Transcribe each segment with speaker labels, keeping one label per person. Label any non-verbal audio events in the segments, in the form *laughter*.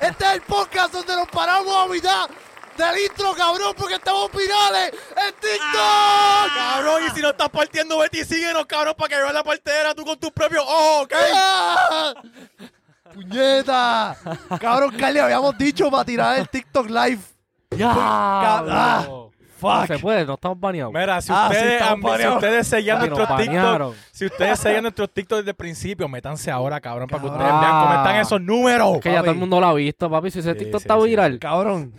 Speaker 1: Este el podcast donde nos paramos a mitad del intro, cabrón, porque estamos finales en TikTok.
Speaker 2: Cabrón, y si no estás partiendo, vete y síguenos, cabrón, para que veas la partera tú con tus propios ojos, ¿ok?
Speaker 1: ¡Ah! *laughs* ¡Puñeta! Cabrón, Carly, habíamos dicho para tirar el TikTok live.
Speaker 2: Pues, ah,
Speaker 3: ¡Ya!
Speaker 1: Cabrón.
Speaker 3: No
Speaker 1: Fuck.
Speaker 3: se puede, no estamos baneados.
Speaker 2: Mira, si
Speaker 1: Ah, sí,
Speaker 2: ustedes,
Speaker 1: estamos
Speaker 2: han- si
Speaker 1: baneados.
Speaker 2: ustedes seguían
Speaker 3: Papi, nos
Speaker 2: nuestros TikTok,
Speaker 3: banearon.
Speaker 2: si ustedes seguían nuestros TikTok desde el principio, métanse ahora, cabrón, para que ustedes
Speaker 3: Cabrón.
Speaker 2: vean cómo están esos números.
Speaker 3: Es que ya
Speaker 1: papi.
Speaker 3: todo el mundo lo ha visto, papi. Si ese
Speaker 2: Sí,
Speaker 3: TikTok
Speaker 2: sí,
Speaker 3: está
Speaker 2: sí.
Speaker 3: viral.
Speaker 1: Cabrón,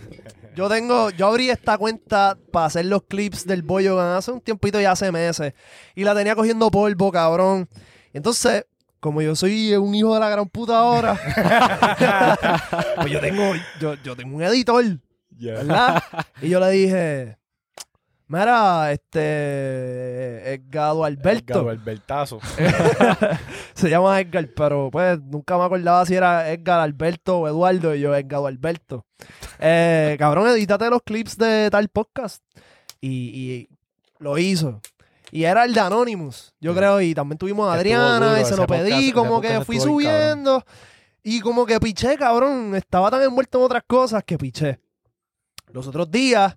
Speaker 1: yo tengo, yo abrí esta cuenta para hacer los clips del Boyo Gang hace un tiempito ya hace meses. Y la tenía cogiendo polvo, cabrón. Entonces, como yo soy un hijo de la gran puta ahora, *laughs* pues yo tengo, yo, yo tengo un editor,
Speaker 2: Yeah.
Speaker 1: ¿verdad? Y yo le dije, mira, este Edgardo Alberto.
Speaker 2: Edgar, Albertazo.
Speaker 1: Se llama Edgar, pero pues nunca me acordaba si era Edgar Alberto o Eduardo, y yo Edgar Alberto.
Speaker 2: *laughs*
Speaker 1: Eh, cabrón, edítate los clips de tal podcast. Y, y lo hizo. Y era el de Anonymous, yo creo, y también tuvimos a
Speaker 2: Estuvo
Speaker 1: Adriana,
Speaker 2: duro
Speaker 1: y se
Speaker 2: ese
Speaker 1: lo
Speaker 2: podcast,
Speaker 1: pedí,
Speaker 2: ese
Speaker 1: como
Speaker 2: podcast
Speaker 1: que fui
Speaker 2: estuvo bien, cabrón.
Speaker 1: subiendo. Y como que piché, cabrón, estaba tan envuelto en otras cosas que piché. Los otros días,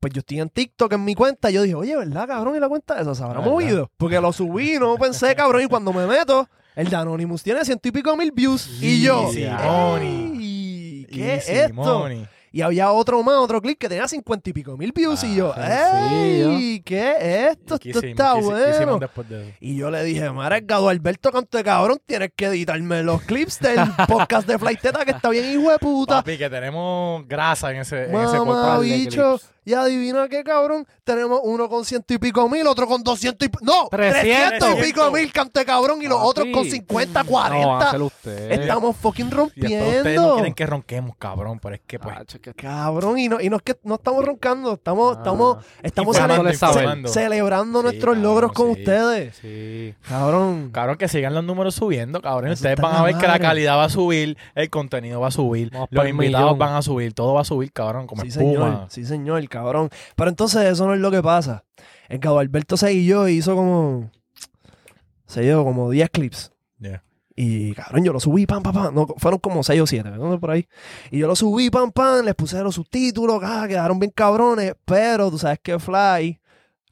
Speaker 1: pues yo estoy en TikTok en mi cuenta, y yo dije, oye, ¿verdad, cabrón? ¿Y la cuenta de eso se habrá
Speaker 2: Ah, ¿Verdad?
Speaker 1: movido? Porque lo subí, no pensé, cabrón, y cuando me meto, el de Anonymous tiene ciento y pico mil views, y yo,
Speaker 2: Easy
Speaker 1: "Ey,
Speaker 2: money.
Speaker 1: ¿qué es
Speaker 2: Easy
Speaker 1: esto?
Speaker 2: money.
Speaker 1: Y había otro más, otro clip que tenía cincuenta y pico mil views, y yo,
Speaker 3: Ah,
Speaker 1: ¡ey! ¿Qué es esto?
Speaker 2: ¿Qué
Speaker 1: Esto
Speaker 2: hicimos?
Speaker 1: está
Speaker 2: ¿Qué hici- qué hicimos
Speaker 1: bueno.
Speaker 2: después de eso?
Speaker 1: Y yo le dije, Mara Edgardo Alberto Canto de Cabrón, tienes que editarme los clips del podcast de Flighteta que está bien, hijo de puta.
Speaker 2: Papi, que tenemos grasa en ese, en ese
Speaker 1: Mamá,
Speaker 2: cuerpo.
Speaker 3: de
Speaker 1: bicho.
Speaker 3: clips.
Speaker 1: Y adivina qué, cabrón. Tenemos uno con ciento y pico mil, otro con doscientos y. pi- ¡No! Trescientos y pico
Speaker 2: 300.
Speaker 1: mil, canto de cabrón. Y los
Speaker 3: Papi.
Speaker 1: otros con cincuenta,
Speaker 3: No,
Speaker 1: cuarenta.
Speaker 3: hágalo usted. Ah,
Speaker 1: Estamos fucking
Speaker 2: Y después ustedes no
Speaker 1: rompiendo.
Speaker 2: quieren que ronquemos, cabrón, pero es que pues...
Speaker 3: Ah, cheque-
Speaker 1: Cabrón, y no, y no es que no estamos roncando, estamos,
Speaker 3: Ah.
Speaker 1: estamos, estamos
Speaker 3: Informando,
Speaker 1: cele-
Speaker 2: Informándole,
Speaker 3: saber.
Speaker 2: informando.
Speaker 1: celebrando
Speaker 2: Sí,
Speaker 1: nuestros
Speaker 2: cabrón,
Speaker 1: logros con
Speaker 2: sí.
Speaker 1: ustedes.
Speaker 3: Sí.
Speaker 1: Cabrón.
Speaker 2: Cabrón, que sigan los números subiendo, cabrón.
Speaker 1: Eso
Speaker 2: Ustedes
Speaker 1: está
Speaker 2: van
Speaker 1: la
Speaker 2: a ver que la
Speaker 1: madre.
Speaker 2: calidad va a subir, el contenido va a subir,
Speaker 3: Vamos
Speaker 2: los
Speaker 3: pa'l
Speaker 2: invitados
Speaker 3: millón.
Speaker 2: van a subir, todo va a subir, cabrón, como
Speaker 1: sí,
Speaker 2: espuma.
Speaker 1: señor. Sí, señor, cabrón. Pero entonces eso no es lo que pasa. El cabo Alberto yo hizo como. Se dio como 10 clips.
Speaker 2: Yeah.
Speaker 1: Y cabrón, yo lo subí, pam, pam, pam. No, fueron como 6 o 7, ¿no? por ahí. Y yo lo subí, pam, pam. Les puse los subtítulos, ah, quedaron bien cabrones. Pero tú sabes que Fly.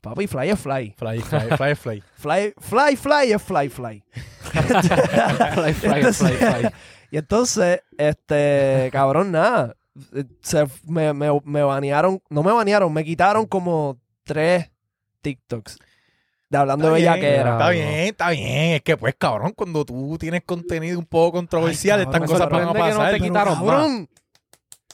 Speaker 1: Papi, Fly es Fly.
Speaker 2: Fly, fly, fly, fly.
Speaker 1: Fly, Fly, Fly es Fly, Fly.
Speaker 3: *laughs* *laughs*
Speaker 1: *laughs*
Speaker 3: Fly, fly, fly,
Speaker 1: Entonces-
Speaker 2: *laughs*
Speaker 3: fly.
Speaker 1: Y entonces, este, cabrón, nada. Eh, se- me, me, me banearon, no me banearon, me quitaron como tres TikToks de hablando de
Speaker 2: Está bien,
Speaker 1: bellaquera.
Speaker 2: Está
Speaker 3: Claro.
Speaker 2: bien, está bien. Es que pues, cabrón, cuando tú tienes contenido un poco controversial,
Speaker 1: Ay, cabrón,
Speaker 2: estas
Speaker 1: me
Speaker 2: cosas van a
Speaker 3: sorprende que no
Speaker 2: pasar.
Speaker 3: te
Speaker 1: Pero,
Speaker 3: quitaron
Speaker 1: cabrón,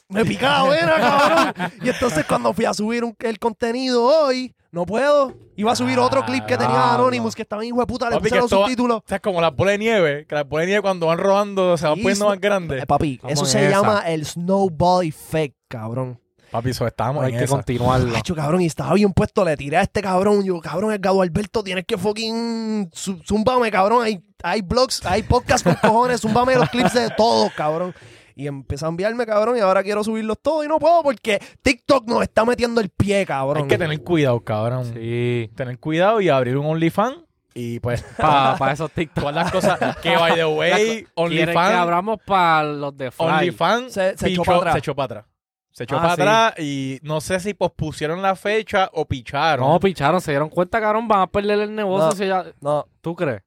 Speaker 1: me picaba vena, cabrón. Y entonces cuando fui a subir un- el contenido hoy, no puedo. Iba a subir otro clip que tenía
Speaker 3: Claro.
Speaker 1: Anonymous, que estaba hijo de puta, le
Speaker 2: Papi,
Speaker 1: puse
Speaker 2: que
Speaker 1: los
Speaker 2: esto va-
Speaker 1: subtítulos.
Speaker 2: O sea, es como las bolas de nieve, que las bolas de nieve cuando van rodando se van
Speaker 1: Sí,
Speaker 2: poniendo
Speaker 1: sí.
Speaker 2: más grandes.
Speaker 1: Eh, papi,
Speaker 3: Estamos
Speaker 1: eso
Speaker 3: en
Speaker 1: se
Speaker 3: esa.
Speaker 1: llama el snowball effect, cabrón.
Speaker 2: Papi, eso estábamos
Speaker 3: Hay
Speaker 2: en
Speaker 3: que
Speaker 2: esa. *laughs*
Speaker 3: continuarla.
Speaker 1: Hacho, cabrón, y estaba bien puesto, le tiré a este cabrón. Yo, cabrón, Edgardo Alberto, tienes que fucking zu- zumbame, cabrón. Hay, hay blogs, hay podcasts con cojones, zumbame los clips de todos, cabrón. Y empezó a enviarme, cabrón, y ahora quiero subirlos todos y no puedo porque TikTok nos está metiendo el pie, cabrón.
Speaker 2: Hay que tener cuidado, cabrón.
Speaker 3: Sí.
Speaker 2: Tener cuidado y abrir un OnlyFans y
Speaker 3: *laughs*
Speaker 2: pues
Speaker 3: Para esos
Speaker 2: *laughs*
Speaker 3: TikTok.
Speaker 2: todas las cosas que, by the way,
Speaker 3: Quieren que
Speaker 2: OnlyFans
Speaker 3: abramos para los de Fly.
Speaker 2: OnlyFans
Speaker 1: Se- se echó
Speaker 2: pichó-
Speaker 1: para atrás.
Speaker 2: se echó para atrás. Se echó
Speaker 3: Ah,
Speaker 2: para
Speaker 3: sí.
Speaker 2: atrás y no sé si pospusieron la fecha o picharon.
Speaker 3: No, picharon, se dieron cuenta, cabrón, van a perder el negocio.
Speaker 1: No.
Speaker 3: si ya-
Speaker 1: No.
Speaker 3: ¿Tú crees?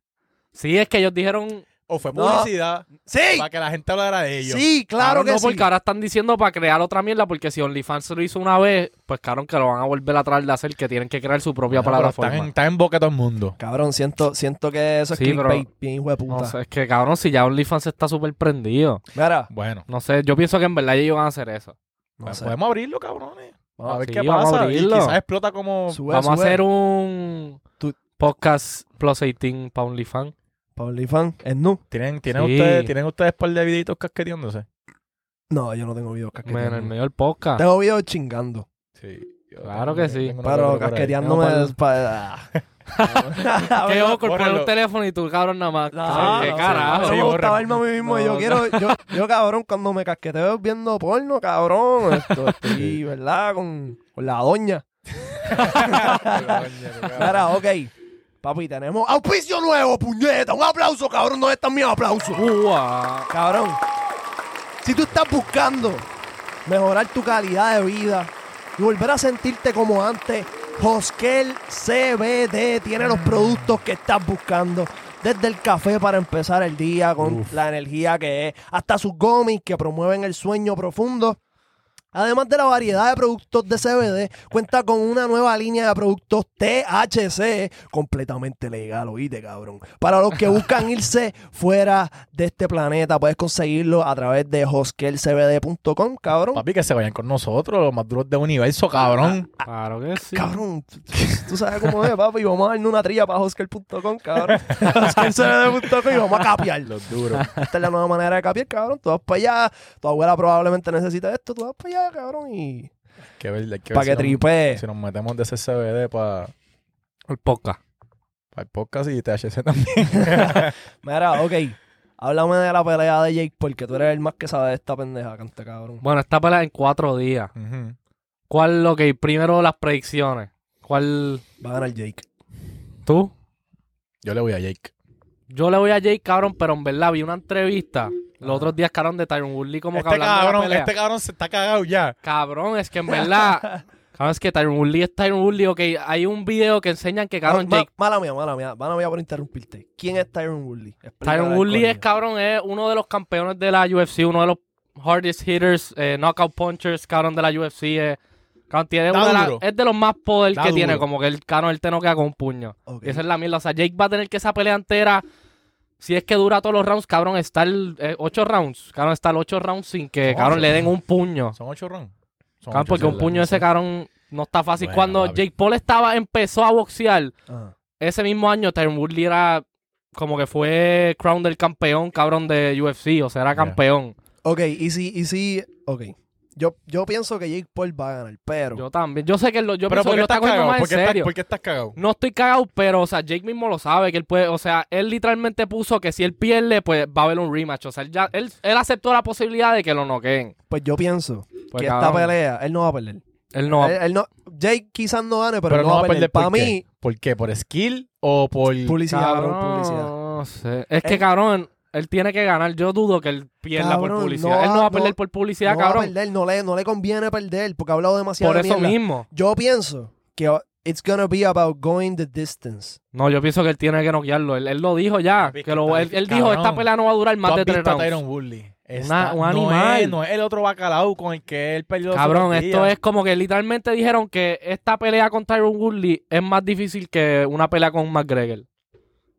Speaker 3: Sí, es que ellos dijeron.
Speaker 2: o fue
Speaker 1: No.
Speaker 2: publicidad
Speaker 1: Sí,
Speaker 2: para que la gente hablara de ellos.
Speaker 1: sí, claro
Speaker 3: cabrón,
Speaker 1: que
Speaker 3: no,
Speaker 1: sí.
Speaker 3: porque ahora están diciendo para crear otra mierda, porque si OnlyFans lo hizo una vez, pues cabrón que lo van a volver a tratar de hacer, que tienen que crear su propia
Speaker 2: No, pero
Speaker 3: plataforma.
Speaker 2: están en, están en boca de todo el mundo.
Speaker 1: Cabrón, siento, siento que eso es
Speaker 3: Sí, pero-
Speaker 1: clickbait, bien hijo de puta.
Speaker 3: No sé, es que cabrón, si ya OnlyFans está súper prendido.
Speaker 1: Mira,
Speaker 2: Bueno,
Speaker 3: No sé, yo pienso que en verdad ellos van a hacer eso.
Speaker 1: no
Speaker 2: pues,
Speaker 1: sé.
Speaker 2: podemos abrirlo, cabrones.
Speaker 3: Vamos,
Speaker 2: a ver
Speaker 3: sí,
Speaker 2: qué
Speaker 3: vamos a
Speaker 2: pasa. Y
Speaker 3: abrirlo.
Speaker 2: quizás explota como.
Speaker 1: Sube,
Speaker 3: Vamos
Speaker 1: sube.
Speaker 3: a hacer un
Speaker 1: Tú-
Speaker 3: podcast plus 18 para OnlyFans.
Speaker 1: Pa' OnlyFans, es nu.
Speaker 2: ¿Tienen, tienen,
Speaker 3: Sí.
Speaker 2: ustedes, ¿Tienen ustedes par de videitos casqueteándose?
Speaker 1: No, yo no tengo videos
Speaker 3: Me- En el
Speaker 1: casqueteando.
Speaker 3: medio del podcast.
Speaker 1: Tengo videos chingando.
Speaker 2: Sí. Yo
Speaker 3: Claro
Speaker 2: tengo-
Speaker 3: que sí.
Speaker 2: tengo uno
Speaker 1: Pero
Speaker 2: que otro por ahí.
Speaker 1: casqueteándome
Speaker 3: No,
Speaker 1: es pa- ah.
Speaker 3: Qué
Speaker 1: No,
Speaker 3: ojo, poner
Speaker 2: bórralo.
Speaker 3: un teléfono y tú, cabrón, nada más.
Speaker 1: no,
Speaker 3: ¿Qué
Speaker 1: no,
Speaker 3: carajo?
Speaker 1: no
Speaker 2: Sí,
Speaker 1: me gusta
Speaker 2: borra.
Speaker 1: verme a mí mismo.
Speaker 3: No,
Speaker 1: yo
Speaker 3: no.
Speaker 1: quiero, yo, yo, cabrón, cuando me casqueteo es viendo porno, cabrón. Esto, estoy, ¿verdad? Con, con la doña. Mira, ok. Papi, tenemos auspicio nuevo, puñeta. Un aplauso, cabrón. ¿Dónde están mis aplausos?
Speaker 3: Ua.
Speaker 1: Cabrón. Si tú estás buscando mejorar tu calidad de vida y volver a sentirte como antes, Josquel CBD tiene los productos que estás buscando. Desde el café para empezar el día con la energía que es, hasta sus gomis que promueven el sueño profundo. Además de la variedad de productos de CBD, cuenta con una nueva línea de productos THC completamente legal, oíste, cabrón. Para los que
Speaker 2: *laughs*
Speaker 1: buscan irse fuera de este planeta, puedes conseguirlo a través de hoskelcbd.com, cabrón.
Speaker 2: Papi, que se vayan con nosotros, los más duros del universo, cabrón.
Speaker 3: Claro que sí.
Speaker 1: Cabrón, tú- tú sabes cómo es, papi. Vamos a darnos una trilla para hoskel.com,
Speaker 2: *laughs*
Speaker 1: cabrón. hoskelcbd.com y vamos a capiarlo.
Speaker 2: Los duros.
Speaker 1: Esta es la nueva manera de capiar, cabrón. Tú vas para allá, tu abuela probablemente necesita esto, tú vas para allá, cabrón, y...
Speaker 2: Que ver, hay que ver
Speaker 1: Para
Speaker 2: si
Speaker 1: que
Speaker 2: nos-
Speaker 1: tripe.
Speaker 2: Si nos metemos de ese CBD para
Speaker 3: El podcast.
Speaker 2: el podcast y THC también.
Speaker 1: Mira, ok. Háblame de la pelea de Jake, porque tú eres el más que sabe de esta pendeja, canta cabrón.
Speaker 3: Bueno, esta pelea en cuatro días.
Speaker 2: *laughs* Ujú.
Speaker 3: ¿Cuál, ok, primero las predicciones? ¿Cuál,
Speaker 1: Va a ganar Jake.
Speaker 3: tú?
Speaker 2: Yo le voy a Jake.
Speaker 3: Yo le voy a Jake, cabrón, pero en verdad vi una entrevista los otros días, cabrón, de Tyron Woodley como que
Speaker 2: Este
Speaker 3: hablando de la
Speaker 2: cabrón,
Speaker 3: pelea.
Speaker 2: este cabrón se está cagado ya.
Speaker 3: Cabrón, es que
Speaker 2: *laughs*
Speaker 3: en verdad... cabrón, es que Tyron Woodley es Tyron Woodley. Ok, hay un video que enseñan que, cabrón,
Speaker 1: Ma-
Speaker 3: Jake...
Speaker 1: ma- mala mía, mala mía. Mala mía por interrumpirte. ¿Quién es Tyron Woodley? Explícale
Speaker 3: Tyron
Speaker 1: al
Speaker 3: Woodley es,
Speaker 1: corillo.
Speaker 3: cabrón, es uno de los campeones de la UFC, uno de los hardest hitters, eh, knockout punchers, cabrón, de la UFC. eh. Cabrón, tiene
Speaker 2: Da
Speaker 3: una de la-
Speaker 2: duro.
Speaker 3: es de los más poder
Speaker 2: Da
Speaker 3: que tiene,
Speaker 2: duro.
Speaker 3: como que el cabrón, él te noquea con un puño.
Speaker 1: Ok.
Speaker 3: Y esa es la mierda. O sea, Jake va a tener que esa pelea entera, si es que dura todos los rounds, cabrón, estar eh, ocho rounds. Cabrón, estar ocho rounds sin que,
Speaker 2: Ocho.
Speaker 3: cabrón, le den un puño.
Speaker 2: Son ocho ron. Son
Speaker 3: Cabrón,
Speaker 2: ocho,
Speaker 3: porque un
Speaker 2: ¿verdad?
Speaker 3: puño de ese cabrón no está fácil.
Speaker 2: Bueno,
Speaker 3: Cuando
Speaker 2: papi.
Speaker 3: Jake Paul estaba, empezó a boxear,
Speaker 1: Ajá.
Speaker 3: ese mismo año Tyron Woodley era como que fue crown del campeón, cabrón, de UFC, o sea, era
Speaker 2: Yeah.
Speaker 3: campeón.
Speaker 1: Ok, y si, y si, ok. Yo, yo pienso que Jake Paul va a ganar, pero...
Speaker 3: Yo también, yo sé que lo, yo
Speaker 2: Pero
Speaker 3: pienso
Speaker 2: ¿por
Speaker 3: que
Speaker 2: qué
Speaker 3: lo está
Speaker 2: estás
Speaker 3: cogiendo
Speaker 2: cagado?
Speaker 3: más en
Speaker 2: ¿Por qué estás-
Speaker 3: serio.
Speaker 2: ¿Por qué estás cagado?
Speaker 3: No estoy cagado, pero, o sea, Jake mismo lo sabe, que él puede, o sea, él literalmente puso que si él pierde, pues va a haber un rematch, o sea, él, ya, él, él aceptó la posibilidad de que lo noqueen.
Speaker 1: Pues yo pienso
Speaker 3: Pues,
Speaker 1: que
Speaker 3: cabrón,
Speaker 1: esta pelea, él no va a perder.
Speaker 3: Él no,
Speaker 1: Él, él no, Jake quizás no gane, pero, él no, va a perder.
Speaker 2: ¿por
Speaker 1: Para
Speaker 2: qué?
Speaker 1: mí,
Speaker 2: ¿Por qué? ¿Por skill o por...?
Speaker 1: publicidad,
Speaker 3: cabrón,
Speaker 1: cabrón, publicidad. Eh.
Speaker 3: no sé. Es que,
Speaker 1: Él-
Speaker 3: cabrón, él tiene que ganar, yo dudo que él pierda
Speaker 1: Cabrón,
Speaker 3: por
Speaker 1: no
Speaker 3: publicidad.
Speaker 1: va-
Speaker 3: él no va a
Speaker 1: no-
Speaker 3: perder por publicidad,
Speaker 1: no va a
Speaker 3: ah, cabrón,
Speaker 1: perder, no le, no le conviene perder, porque ha hablado demasiado
Speaker 3: por
Speaker 1: de
Speaker 3: eso
Speaker 1: mierda.
Speaker 3: mismo.
Speaker 1: Yo pienso que uh, it's gonna be about going the distance.
Speaker 3: No, yo pienso que él tiene que noquearlo. Él, él lo dijo ya.
Speaker 2: Papi, es
Speaker 3: Que
Speaker 2: que
Speaker 3: lo,
Speaker 2: está
Speaker 3: él, él
Speaker 2: cabrón.
Speaker 3: dijo, esta pelea no va a durar
Speaker 2: ¿Tú
Speaker 3: más
Speaker 2: has
Speaker 3: de tres
Speaker 2: visto a
Speaker 3: rounds.
Speaker 2: Tyron Woodley?
Speaker 3: un
Speaker 2: no
Speaker 3: animal.
Speaker 2: Es, no es el otro bacalao con el que él perdió los
Speaker 3: Cabrón,
Speaker 2: otros
Speaker 3: esto
Speaker 2: días.
Speaker 3: es como que literalmente dijeron que esta pelea con Tyron Woodley es más difícil que una pelea con McGregor.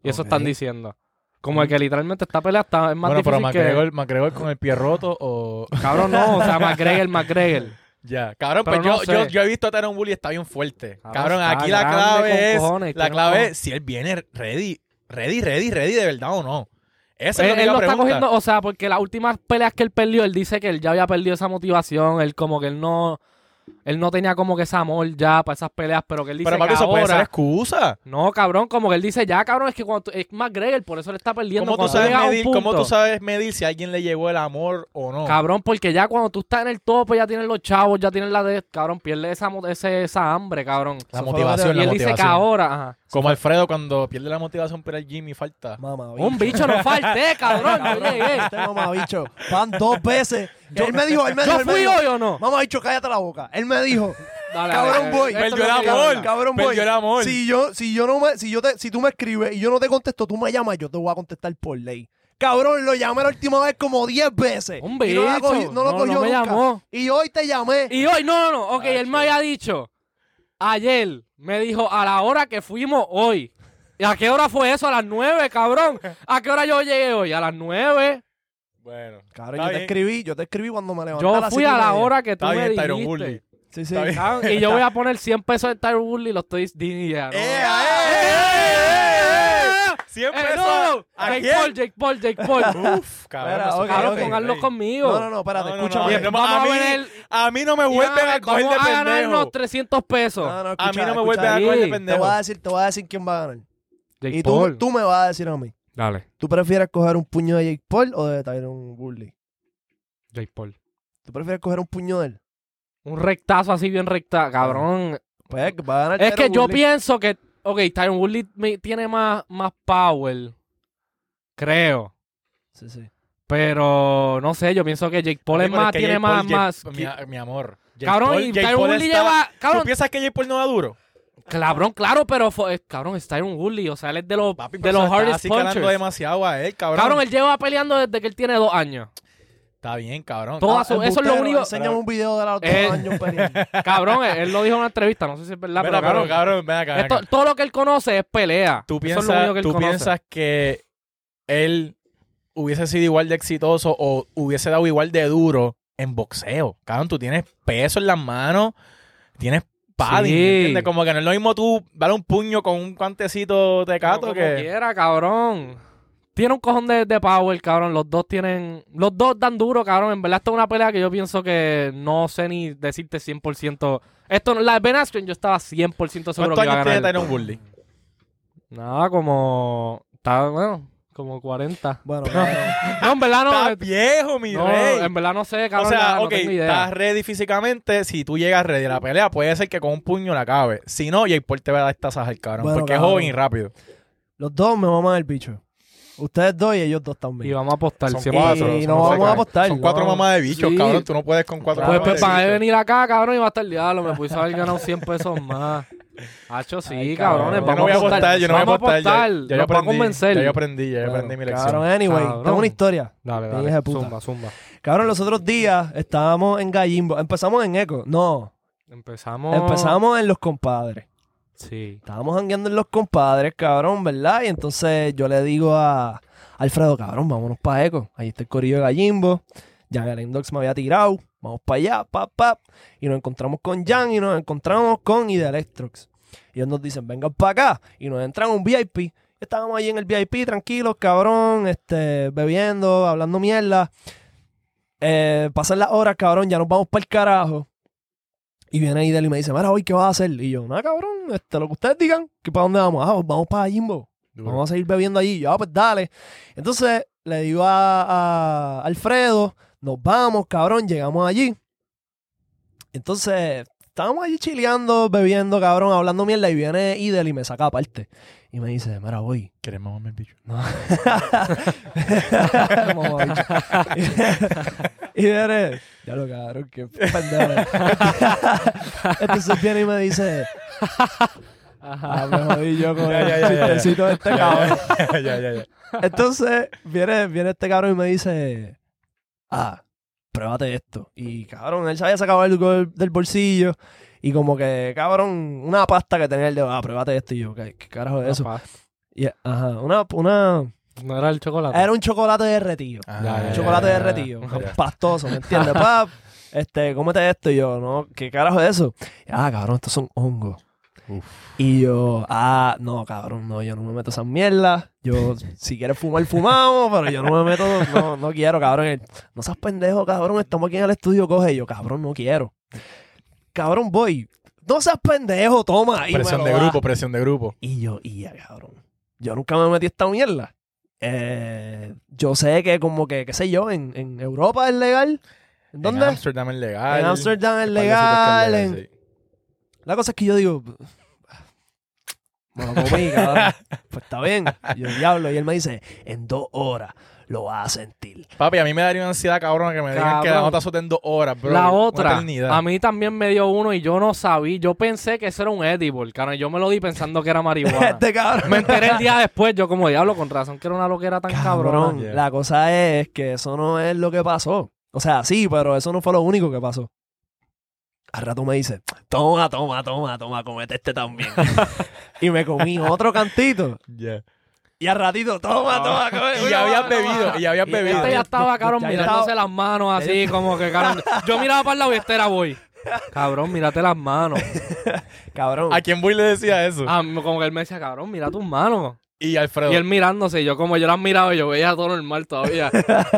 Speaker 3: Y eso
Speaker 1: Ok.
Speaker 3: están diciendo. Como que literalmente esta pelea está, es más
Speaker 2: Mm. Bueno, pero
Speaker 3: difícil que...
Speaker 2: McGregor, McGregor con el pie roto o... *laughs*
Speaker 3: Cabrón, no. O sea, McGregor, McGregor.
Speaker 2: Ya, cabrón,
Speaker 3: Pero
Speaker 2: pero
Speaker 3: no
Speaker 2: yo,
Speaker 3: sé.
Speaker 2: yo, yo he visto a Tyron Woodley está bien fuerte.
Speaker 3: Cabrón,
Speaker 2: Cabrón,
Speaker 3: está
Speaker 2: aquí la
Speaker 3: grande
Speaker 2: clave
Speaker 3: con
Speaker 2: es
Speaker 3: cojones,
Speaker 2: la
Speaker 3: tiene
Speaker 2: clave
Speaker 3: cojones.
Speaker 2: es si él viene ready, ready, ready, ready de verdad o no. Esa es
Speaker 3: Él,
Speaker 2: la única
Speaker 3: Pues él lo está
Speaker 2: pregunta.
Speaker 3: cogiendo... O sea, porque las últimas peleas que él perdió, él dice que él ya había perdido esa motivación. Él como que él no... Él no tenía como que ese amor ya para esas peleas, pero que él dice
Speaker 2: pero papi,
Speaker 3: que
Speaker 2: eso puede ser
Speaker 3: ahora...
Speaker 2: excusa.
Speaker 3: No, cabrón, como que él dice ya, cabrón, es que cuando tú- es McGregor, por eso le está perdiendo.
Speaker 2: ¿Cómo tú,
Speaker 3: cuando
Speaker 2: sabes
Speaker 3: llegas a un
Speaker 2: medir, cómo
Speaker 3: punto,
Speaker 2: tú sabes medir si a alguien le llegó el amor o no?
Speaker 3: Cabrón, porque ya cuando tú estás en el tope, ya tienes los chavos, ya tienes la de. Cabrón, pierde esa, mo- ese, esa hambre, cabrón.
Speaker 1: Eso
Speaker 2: la
Speaker 1: fue
Speaker 2: motivación,
Speaker 3: Y
Speaker 2: la
Speaker 3: él dice que
Speaker 2: motivación.
Speaker 3: ahora. ajá.
Speaker 2: Como Alfredo cuando pierde la motivación para el gym y falta.
Speaker 1: Mamá,
Speaker 3: Un bicho no falté, cabrón. Yo llegué.
Speaker 1: *laughs* Este mamabicho, van dos veces. él me dijo, él me dijo,
Speaker 3: ¿Yo
Speaker 1: él me
Speaker 3: fui
Speaker 1: dijo,
Speaker 3: hoy o no?
Speaker 1: mamabicho, cállate la boca. Él me dijo,
Speaker 3: Dale, dale,
Speaker 1: cabrón
Speaker 3: dale.
Speaker 1: voy.
Speaker 3: Esto
Speaker 2: Perdió el
Speaker 3: es lo que quiero
Speaker 2: amor.
Speaker 3: hablar.
Speaker 1: cabrón voy.
Speaker 2: Perdió el amor.
Speaker 1: Si yo, si yo no me, si yo te, si tú me escribes y yo no te contesto, tú me llamas, yo te voy a contestar por ley. Cabrón, lo llamé la última vez como 10 veces.
Speaker 3: Un
Speaker 1: Y no, la
Speaker 3: bicho.
Speaker 1: cogió- no lo
Speaker 3: No,
Speaker 1: cogió
Speaker 3: no me
Speaker 1: nunca.
Speaker 3: llamó.
Speaker 1: Y hoy te llamé.
Speaker 3: Y hoy, no, no, no. Ok, él me
Speaker 2: Tacho.
Speaker 3: había dicho. Ayer me dijo a la hora que fuimos hoy. ¿Y a qué hora fue eso? A las nueve, cabrón. ¿A qué hora yo llegué hoy? A las nueve.
Speaker 2: Bueno,
Speaker 1: Cabrón,
Speaker 2: Está
Speaker 1: yo te
Speaker 2: bien.
Speaker 1: escribí, yo te escribí cuando me levanté. a
Speaker 3: Yo
Speaker 1: las siete
Speaker 3: fui
Speaker 1: y
Speaker 3: a la
Speaker 1: media.
Speaker 3: hora que tú
Speaker 2: está
Speaker 3: me
Speaker 2: bien, Tyron
Speaker 3: dijiste.
Speaker 2: Woodley.
Speaker 1: Sí, sí.
Speaker 2: Está *laughs* bien.
Speaker 3: Cabrón, Y yo voy a poner 100 pesos en Tyron Woodley y lo estoy diciendo.
Speaker 2: ¡Eh, eh, eh, eh! Siempre
Speaker 3: Eh,
Speaker 2: eso-
Speaker 3: no,
Speaker 2: ¿A
Speaker 3: Jake
Speaker 2: quién?
Speaker 3: Paul, Jake Paul, Jake Paul.
Speaker 2: *laughs* Uf, cabrón.
Speaker 1: Espera,
Speaker 2: eso
Speaker 1: ok,
Speaker 2: cabrón,
Speaker 3: Cabrón,
Speaker 1: ok.
Speaker 3: pónganlo conmigo.
Speaker 1: No, no, no, espérate,
Speaker 2: No, no, no,
Speaker 1: escúchame.
Speaker 2: no,
Speaker 3: Vamos
Speaker 2: a
Speaker 3: a
Speaker 2: mí-
Speaker 3: ver el-
Speaker 2: A mí no me vuelven a coger de
Speaker 3: Vamos a ganarnos
Speaker 2: pendejo.
Speaker 3: 300 pesos.
Speaker 1: No, no,
Speaker 2: A mí
Speaker 1: escucha,
Speaker 2: no me
Speaker 1: escucha.
Speaker 2: vuelven a coger de
Speaker 3: ahí.
Speaker 1: Te voy a
Speaker 2: pendejo.
Speaker 1: decir, te voy a decir quién va a ganar.
Speaker 3: Jake
Speaker 1: Y tú,
Speaker 3: Paul.
Speaker 1: tú me vas a decir a mí.
Speaker 3: Dale,
Speaker 1: ¿Tú prefieres coger un puño de Jake Paul o de Tyron Woodley?
Speaker 3: Jake Paul.
Speaker 1: ¿Tú prefieres coger un puño de él?
Speaker 3: Un rectazo así bien recta, cabrón.
Speaker 1: Pues va a ganar
Speaker 3: Es que
Speaker 1: Tyron
Speaker 3: yo
Speaker 1: Woodley.
Speaker 3: pienso que, ok, Tyron Woodley me- tiene más, más power, creo.
Speaker 1: Sí, sí.
Speaker 3: Pero no sé, yo pienso que Jake Paul es
Speaker 2: Pero
Speaker 3: más,
Speaker 2: que
Speaker 3: tiene
Speaker 2: Jake
Speaker 3: más,
Speaker 2: Paul,
Speaker 3: más.
Speaker 2: Jake- Mi, mi amor. Jake
Speaker 3: cabrón,
Speaker 2: Paul-
Speaker 3: y
Speaker 2: Jake
Speaker 3: Tyron
Speaker 2: Paul
Speaker 3: Woodley
Speaker 2: está-
Speaker 3: lleva. Cabrón,
Speaker 2: ¿Tú piensas que Jake Paul no da duro?
Speaker 3: cabrón, claro, pero fue- eh, cabrón, es Tyron Woodley. O sea, él es de los,
Speaker 2: Papi,
Speaker 3: de
Speaker 2: pero
Speaker 3: los
Speaker 2: se está
Speaker 3: hardest
Speaker 2: acicalando
Speaker 3: punchers.
Speaker 2: demasiado a él, cabrón.
Speaker 3: Cabrón, él lleva peleando desde que él tiene dos años.
Speaker 2: Está bien, cabrón.
Speaker 3: Todo su- Ah, eso es lo único.
Speaker 1: Enséñame un video de los dos
Speaker 3: Eh.
Speaker 1: años,
Speaker 3: *laughs*
Speaker 1: Perín.
Speaker 3: Cabrón, él, él lo dijo en una entrevista, no sé si es verdad,
Speaker 2: Mira,
Speaker 3: pero cabrón,
Speaker 2: ven acá. ven
Speaker 3: esto-
Speaker 2: acá.
Speaker 3: todo lo que él conoce es pelea.
Speaker 2: ¿Tú,
Speaker 3: Eso es lo
Speaker 2: piensas,
Speaker 3: único que él
Speaker 2: tú
Speaker 3: conoce.
Speaker 2: piensas que él hubiese sido igual de exitoso o hubiese dado igual de duro en boxeo? Cabrón, tú tienes peso en las manos, tienes padding,
Speaker 3: Sí.
Speaker 2: ¿entiendes? Como que no es lo mismo tú darle un puño con un cuantecito de
Speaker 3: Pero
Speaker 2: cato
Speaker 3: como
Speaker 2: que...
Speaker 3: quiera, cabrón. Tiene un cojón de, de power, cabrón. Los dos tienen. Los dos dan duro, cabrón. En verdad, esto es una pelea que yo pienso que no sé ni decirte 100%. Esto, no- la de Ben Askren, yo estaba 100% seguro
Speaker 2: ¿Cuántos
Speaker 3: que iba a
Speaker 2: años tiene
Speaker 3: ganar.
Speaker 2: Tyron Woodley?
Speaker 3: Nada, como. Está, bueno, como 40.
Speaker 1: Bueno, cabrón.
Speaker 3: No, en verdad no.
Speaker 2: ¡Está viejo, mi
Speaker 3: no,
Speaker 2: rey!
Speaker 3: en verdad no sé,
Speaker 2: O
Speaker 3: cabrón.
Speaker 2: sea,
Speaker 3: no, no
Speaker 2: ok,
Speaker 3: tengo idea.
Speaker 2: estás ready físicamente. Si tú llegas ready a la pelea, puede ser que con un puño la acabe. Si no, Jake Paul te va a dar esta saja al cabrón.
Speaker 1: Bueno,
Speaker 2: porque
Speaker 1: cabrón.
Speaker 2: es joven y rápido.
Speaker 1: Los dos me maman el bicho. Ustedes dos y ellos dos
Speaker 3: Y
Speaker 1: también.
Speaker 3: vamos a apostar.
Speaker 2: Son
Speaker 3: siempre.
Speaker 2: cuatro.
Speaker 1: Y
Speaker 2: son
Speaker 1: no
Speaker 2: cuatro
Speaker 1: vamos a
Speaker 2: cabrones.
Speaker 1: apostar.
Speaker 2: Son
Speaker 1: no
Speaker 2: cuatro
Speaker 1: vamos-
Speaker 2: mamás de bichos,
Speaker 3: Sí.
Speaker 2: cabrón. Tú no puedes con cuatro
Speaker 3: Pues,
Speaker 2: mamás
Speaker 3: pues
Speaker 2: de
Speaker 3: van a
Speaker 2: bichos.
Speaker 3: venir acá, cabrón, y va a estar diablo. Me puse a haber ganado 100 pesos más. Hacho, sí, cabrones.
Speaker 2: Yo
Speaker 3: vamos
Speaker 2: no voy a apostar, yo no voy a
Speaker 3: vamos
Speaker 2: apostar. ya-
Speaker 3: Nos
Speaker 2: Ya yo
Speaker 3: va a
Speaker 2: aprendí,
Speaker 3: convencer.
Speaker 2: ya yo aprendí, ya yo
Speaker 1: Claro, eh,
Speaker 2: aprendí mi
Speaker 1: Cabrón,
Speaker 2: lección.
Speaker 1: anyway,
Speaker 3: Cabrón.
Speaker 1: tengo una historia.
Speaker 3: Dale,
Speaker 1: Hija
Speaker 3: dale.
Speaker 1: de puta.
Speaker 3: Zumba, zumba.
Speaker 1: Cabrón, los otros días estábamos en Gallimbo. Empezamos en Eco. No,
Speaker 3: Empezamos.
Speaker 1: empezamos en Los Compadres.
Speaker 3: Sí.
Speaker 1: Estábamos jangueando en Los Compadres, cabrón, ¿verdad? Y entonces yo le digo a Alfredo, cabrón, vámonos para Eco. Ahí está el corillo de Gallimbo. Ya Galen Dogs me había tirado. Vamos para allá, pap, pap. Y nos encontramos con Jan y nos encontramos con Ida Electrox. Y ellos nos dicen, vengan para acá. Y nos entran a un VIP. Estábamos ahí en el VIP, tranquilos, cabrón, este, bebiendo, hablando mierda. Eh, pasan las horas, cabrón, ya nos vamos para el carajo. Y viene Idel y me dice, mira, hoy qué vas a hacer. Y yo, nada, cabrón, este, lo que ustedes digan, que para dónde vamos. Ah, vamos para Jimbo.
Speaker 2: Duro.
Speaker 1: Vamos a seguir bebiendo allí. Yo, ah, pues dale. Entonces le digo a, a Alfredo, nos vamos, cabrón, llegamos allí. Entonces estábamos allí chileando, bebiendo, cabrón, hablando mierda. Y viene Idel y me saca aparte. Y me dice, mira, voy.
Speaker 2: ¿Quieres mamarme el bicho? *laughs*
Speaker 1: Mamabicho. *laughs* y viene, ya lo cabrón, qué
Speaker 2: *laughs*
Speaker 1: pendejo. Entonces viene y me dice, ah, me jodí yo con
Speaker 2: Ya, ya,
Speaker 1: el
Speaker 2: ya, ya, ya.
Speaker 1: chistecito de este
Speaker 2: Ya,
Speaker 1: cabrón.
Speaker 2: *laughs* ya, ya, ya, ya.
Speaker 1: Entonces viene, viene este cabrón y me dice, ah, pruébate esto. Y cabrón, él se había sacado algo del- del bolsillo. Y como que, cabrón, una pasta que tenía el dedo, ah, pruébate esto. Y yo, ¿qué, qué carajo es eso?
Speaker 3: Papá,
Speaker 1: Y, ajá, una, una,
Speaker 3: No era el chocolate.
Speaker 1: era un chocolate derretido.
Speaker 2: Ah,
Speaker 3: Ya,
Speaker 2: ya,
Speaker 3: ya,
Speaker 2: ya,
Speaker 1: chocolate
Speaker 2: ya,
Speaker 3: de
Speaker 2: ya.
Speaker 1: derretido,
Speaker 2: *laughs* ya.
Speaker 1: pastoso, ¿me entiendes? Pap, este, cómete esto. Y yo, no, ¿qué carajo es eso? Y, ah, cabrón, estos son hongos.
Speaker 2: Uf.
Speaker 1: Y yo, ah, no, cabrón, no, yo no me meto esas mierdas. Yo, si quieres fumar, fumamos, pero yo no me meto, no, no quiero, cabrón. Él, no seas pendejo, cabrón, estamos aquí en el estudio, coge. Y yo, cabrón, no quiero. Cabrón, voy. No seas pendejo, toma. Y me
Speaker 2: Presión
Speaker 1: lo
Speaker 2: de
Speaker 1: da.
Speaker 2: grupo, presión de grupo.
Speaker 1: Y yo, y ya, cabrón. Yo nunca me metí a esta mierda. Eh, yo sé que como que, qué sé yo, en, en Europa es legal. ¿En dónde?
Speaker 2: En
Speaker 1: En
Speaker 2: Amsterdam es legal.
Speaker 1: Amsterdam, es
Speaker 2: Un par de sitios que es
Speaker 1: legal.
Speaker 2: legal,
Speaker 1: en-
Speaker 2: sí.
Speaker 1: La cosa es que yo digo, bueno, comí, cabrón. Pues está bien. Yo diablo. Y él me dice, en dos horas lo vas a sentir.
Speaker 2: Papi, a mí me daría una ansiedad cabrón que me digan que la
Speaker 3: Cabrón.
Speaker 2: nota son en dos horas, bro.
Speaker 3: la
Speaker 2: Una
Speaker 3: otra,
Speaker 2: eternidad.
Speaker 3: a mí también me dio uno y yo no sabía. Yo pensé que eso era un edible, cabrón. y Yo me lo di pensando que era marihuana.
Speaker 1: *laughs* Este cabrón.
Speaker 3: Ah. me enteré el día después. Yo, como diablo, con razón que era una loquera tan cabrón.
Speaker 1: Cabrón,
Speaker 2: Yeah.
Speaker 1: la cosa es que eso no es lo que pasó. O sea, sí, pero eso no fue lo único que pasó. Al rato me dice, toma, toma, toma, toma, comete este
Speaker 2: *laughs*
Speaker 1: también. y me comí otro cantito.
Speaker 2: Ya.
Speaker 1: Y al ratito, toma, toma, comete.
Speaker 2: Ah.
Speaker 1: *laughs*
Speaker 2: Y ya habías bebido, y ya habías
Speaker 1: Y
Speaker 2: bebido.
Speaker 3: Este ya estaba, cabrón,
Speaker 1: Ya
Speaker 3: mirándose
Speaker 1: estaba-
Speaker 3: las manos así, como que, cabrón. Yo miraba para el lado y este era
Speaker 1: *laughs*
Speaker 3: voy. Cabrón, mírate
Speaker 2: *laughs*
Speaker 3: las manos.
Speaker 1: Cabrón.
Speaker 2: ¿A quién voy le decía eso?
Speaker 3: Ah, como que él me decía, cabrón, mira tus manos.
Speaker 2: Y Alfredo.
Speaker 3: Y él mirándose, y yo como yo las miraba y yo veía todo
Speaker 1: *laughs*
Speaker 3: normal todavía.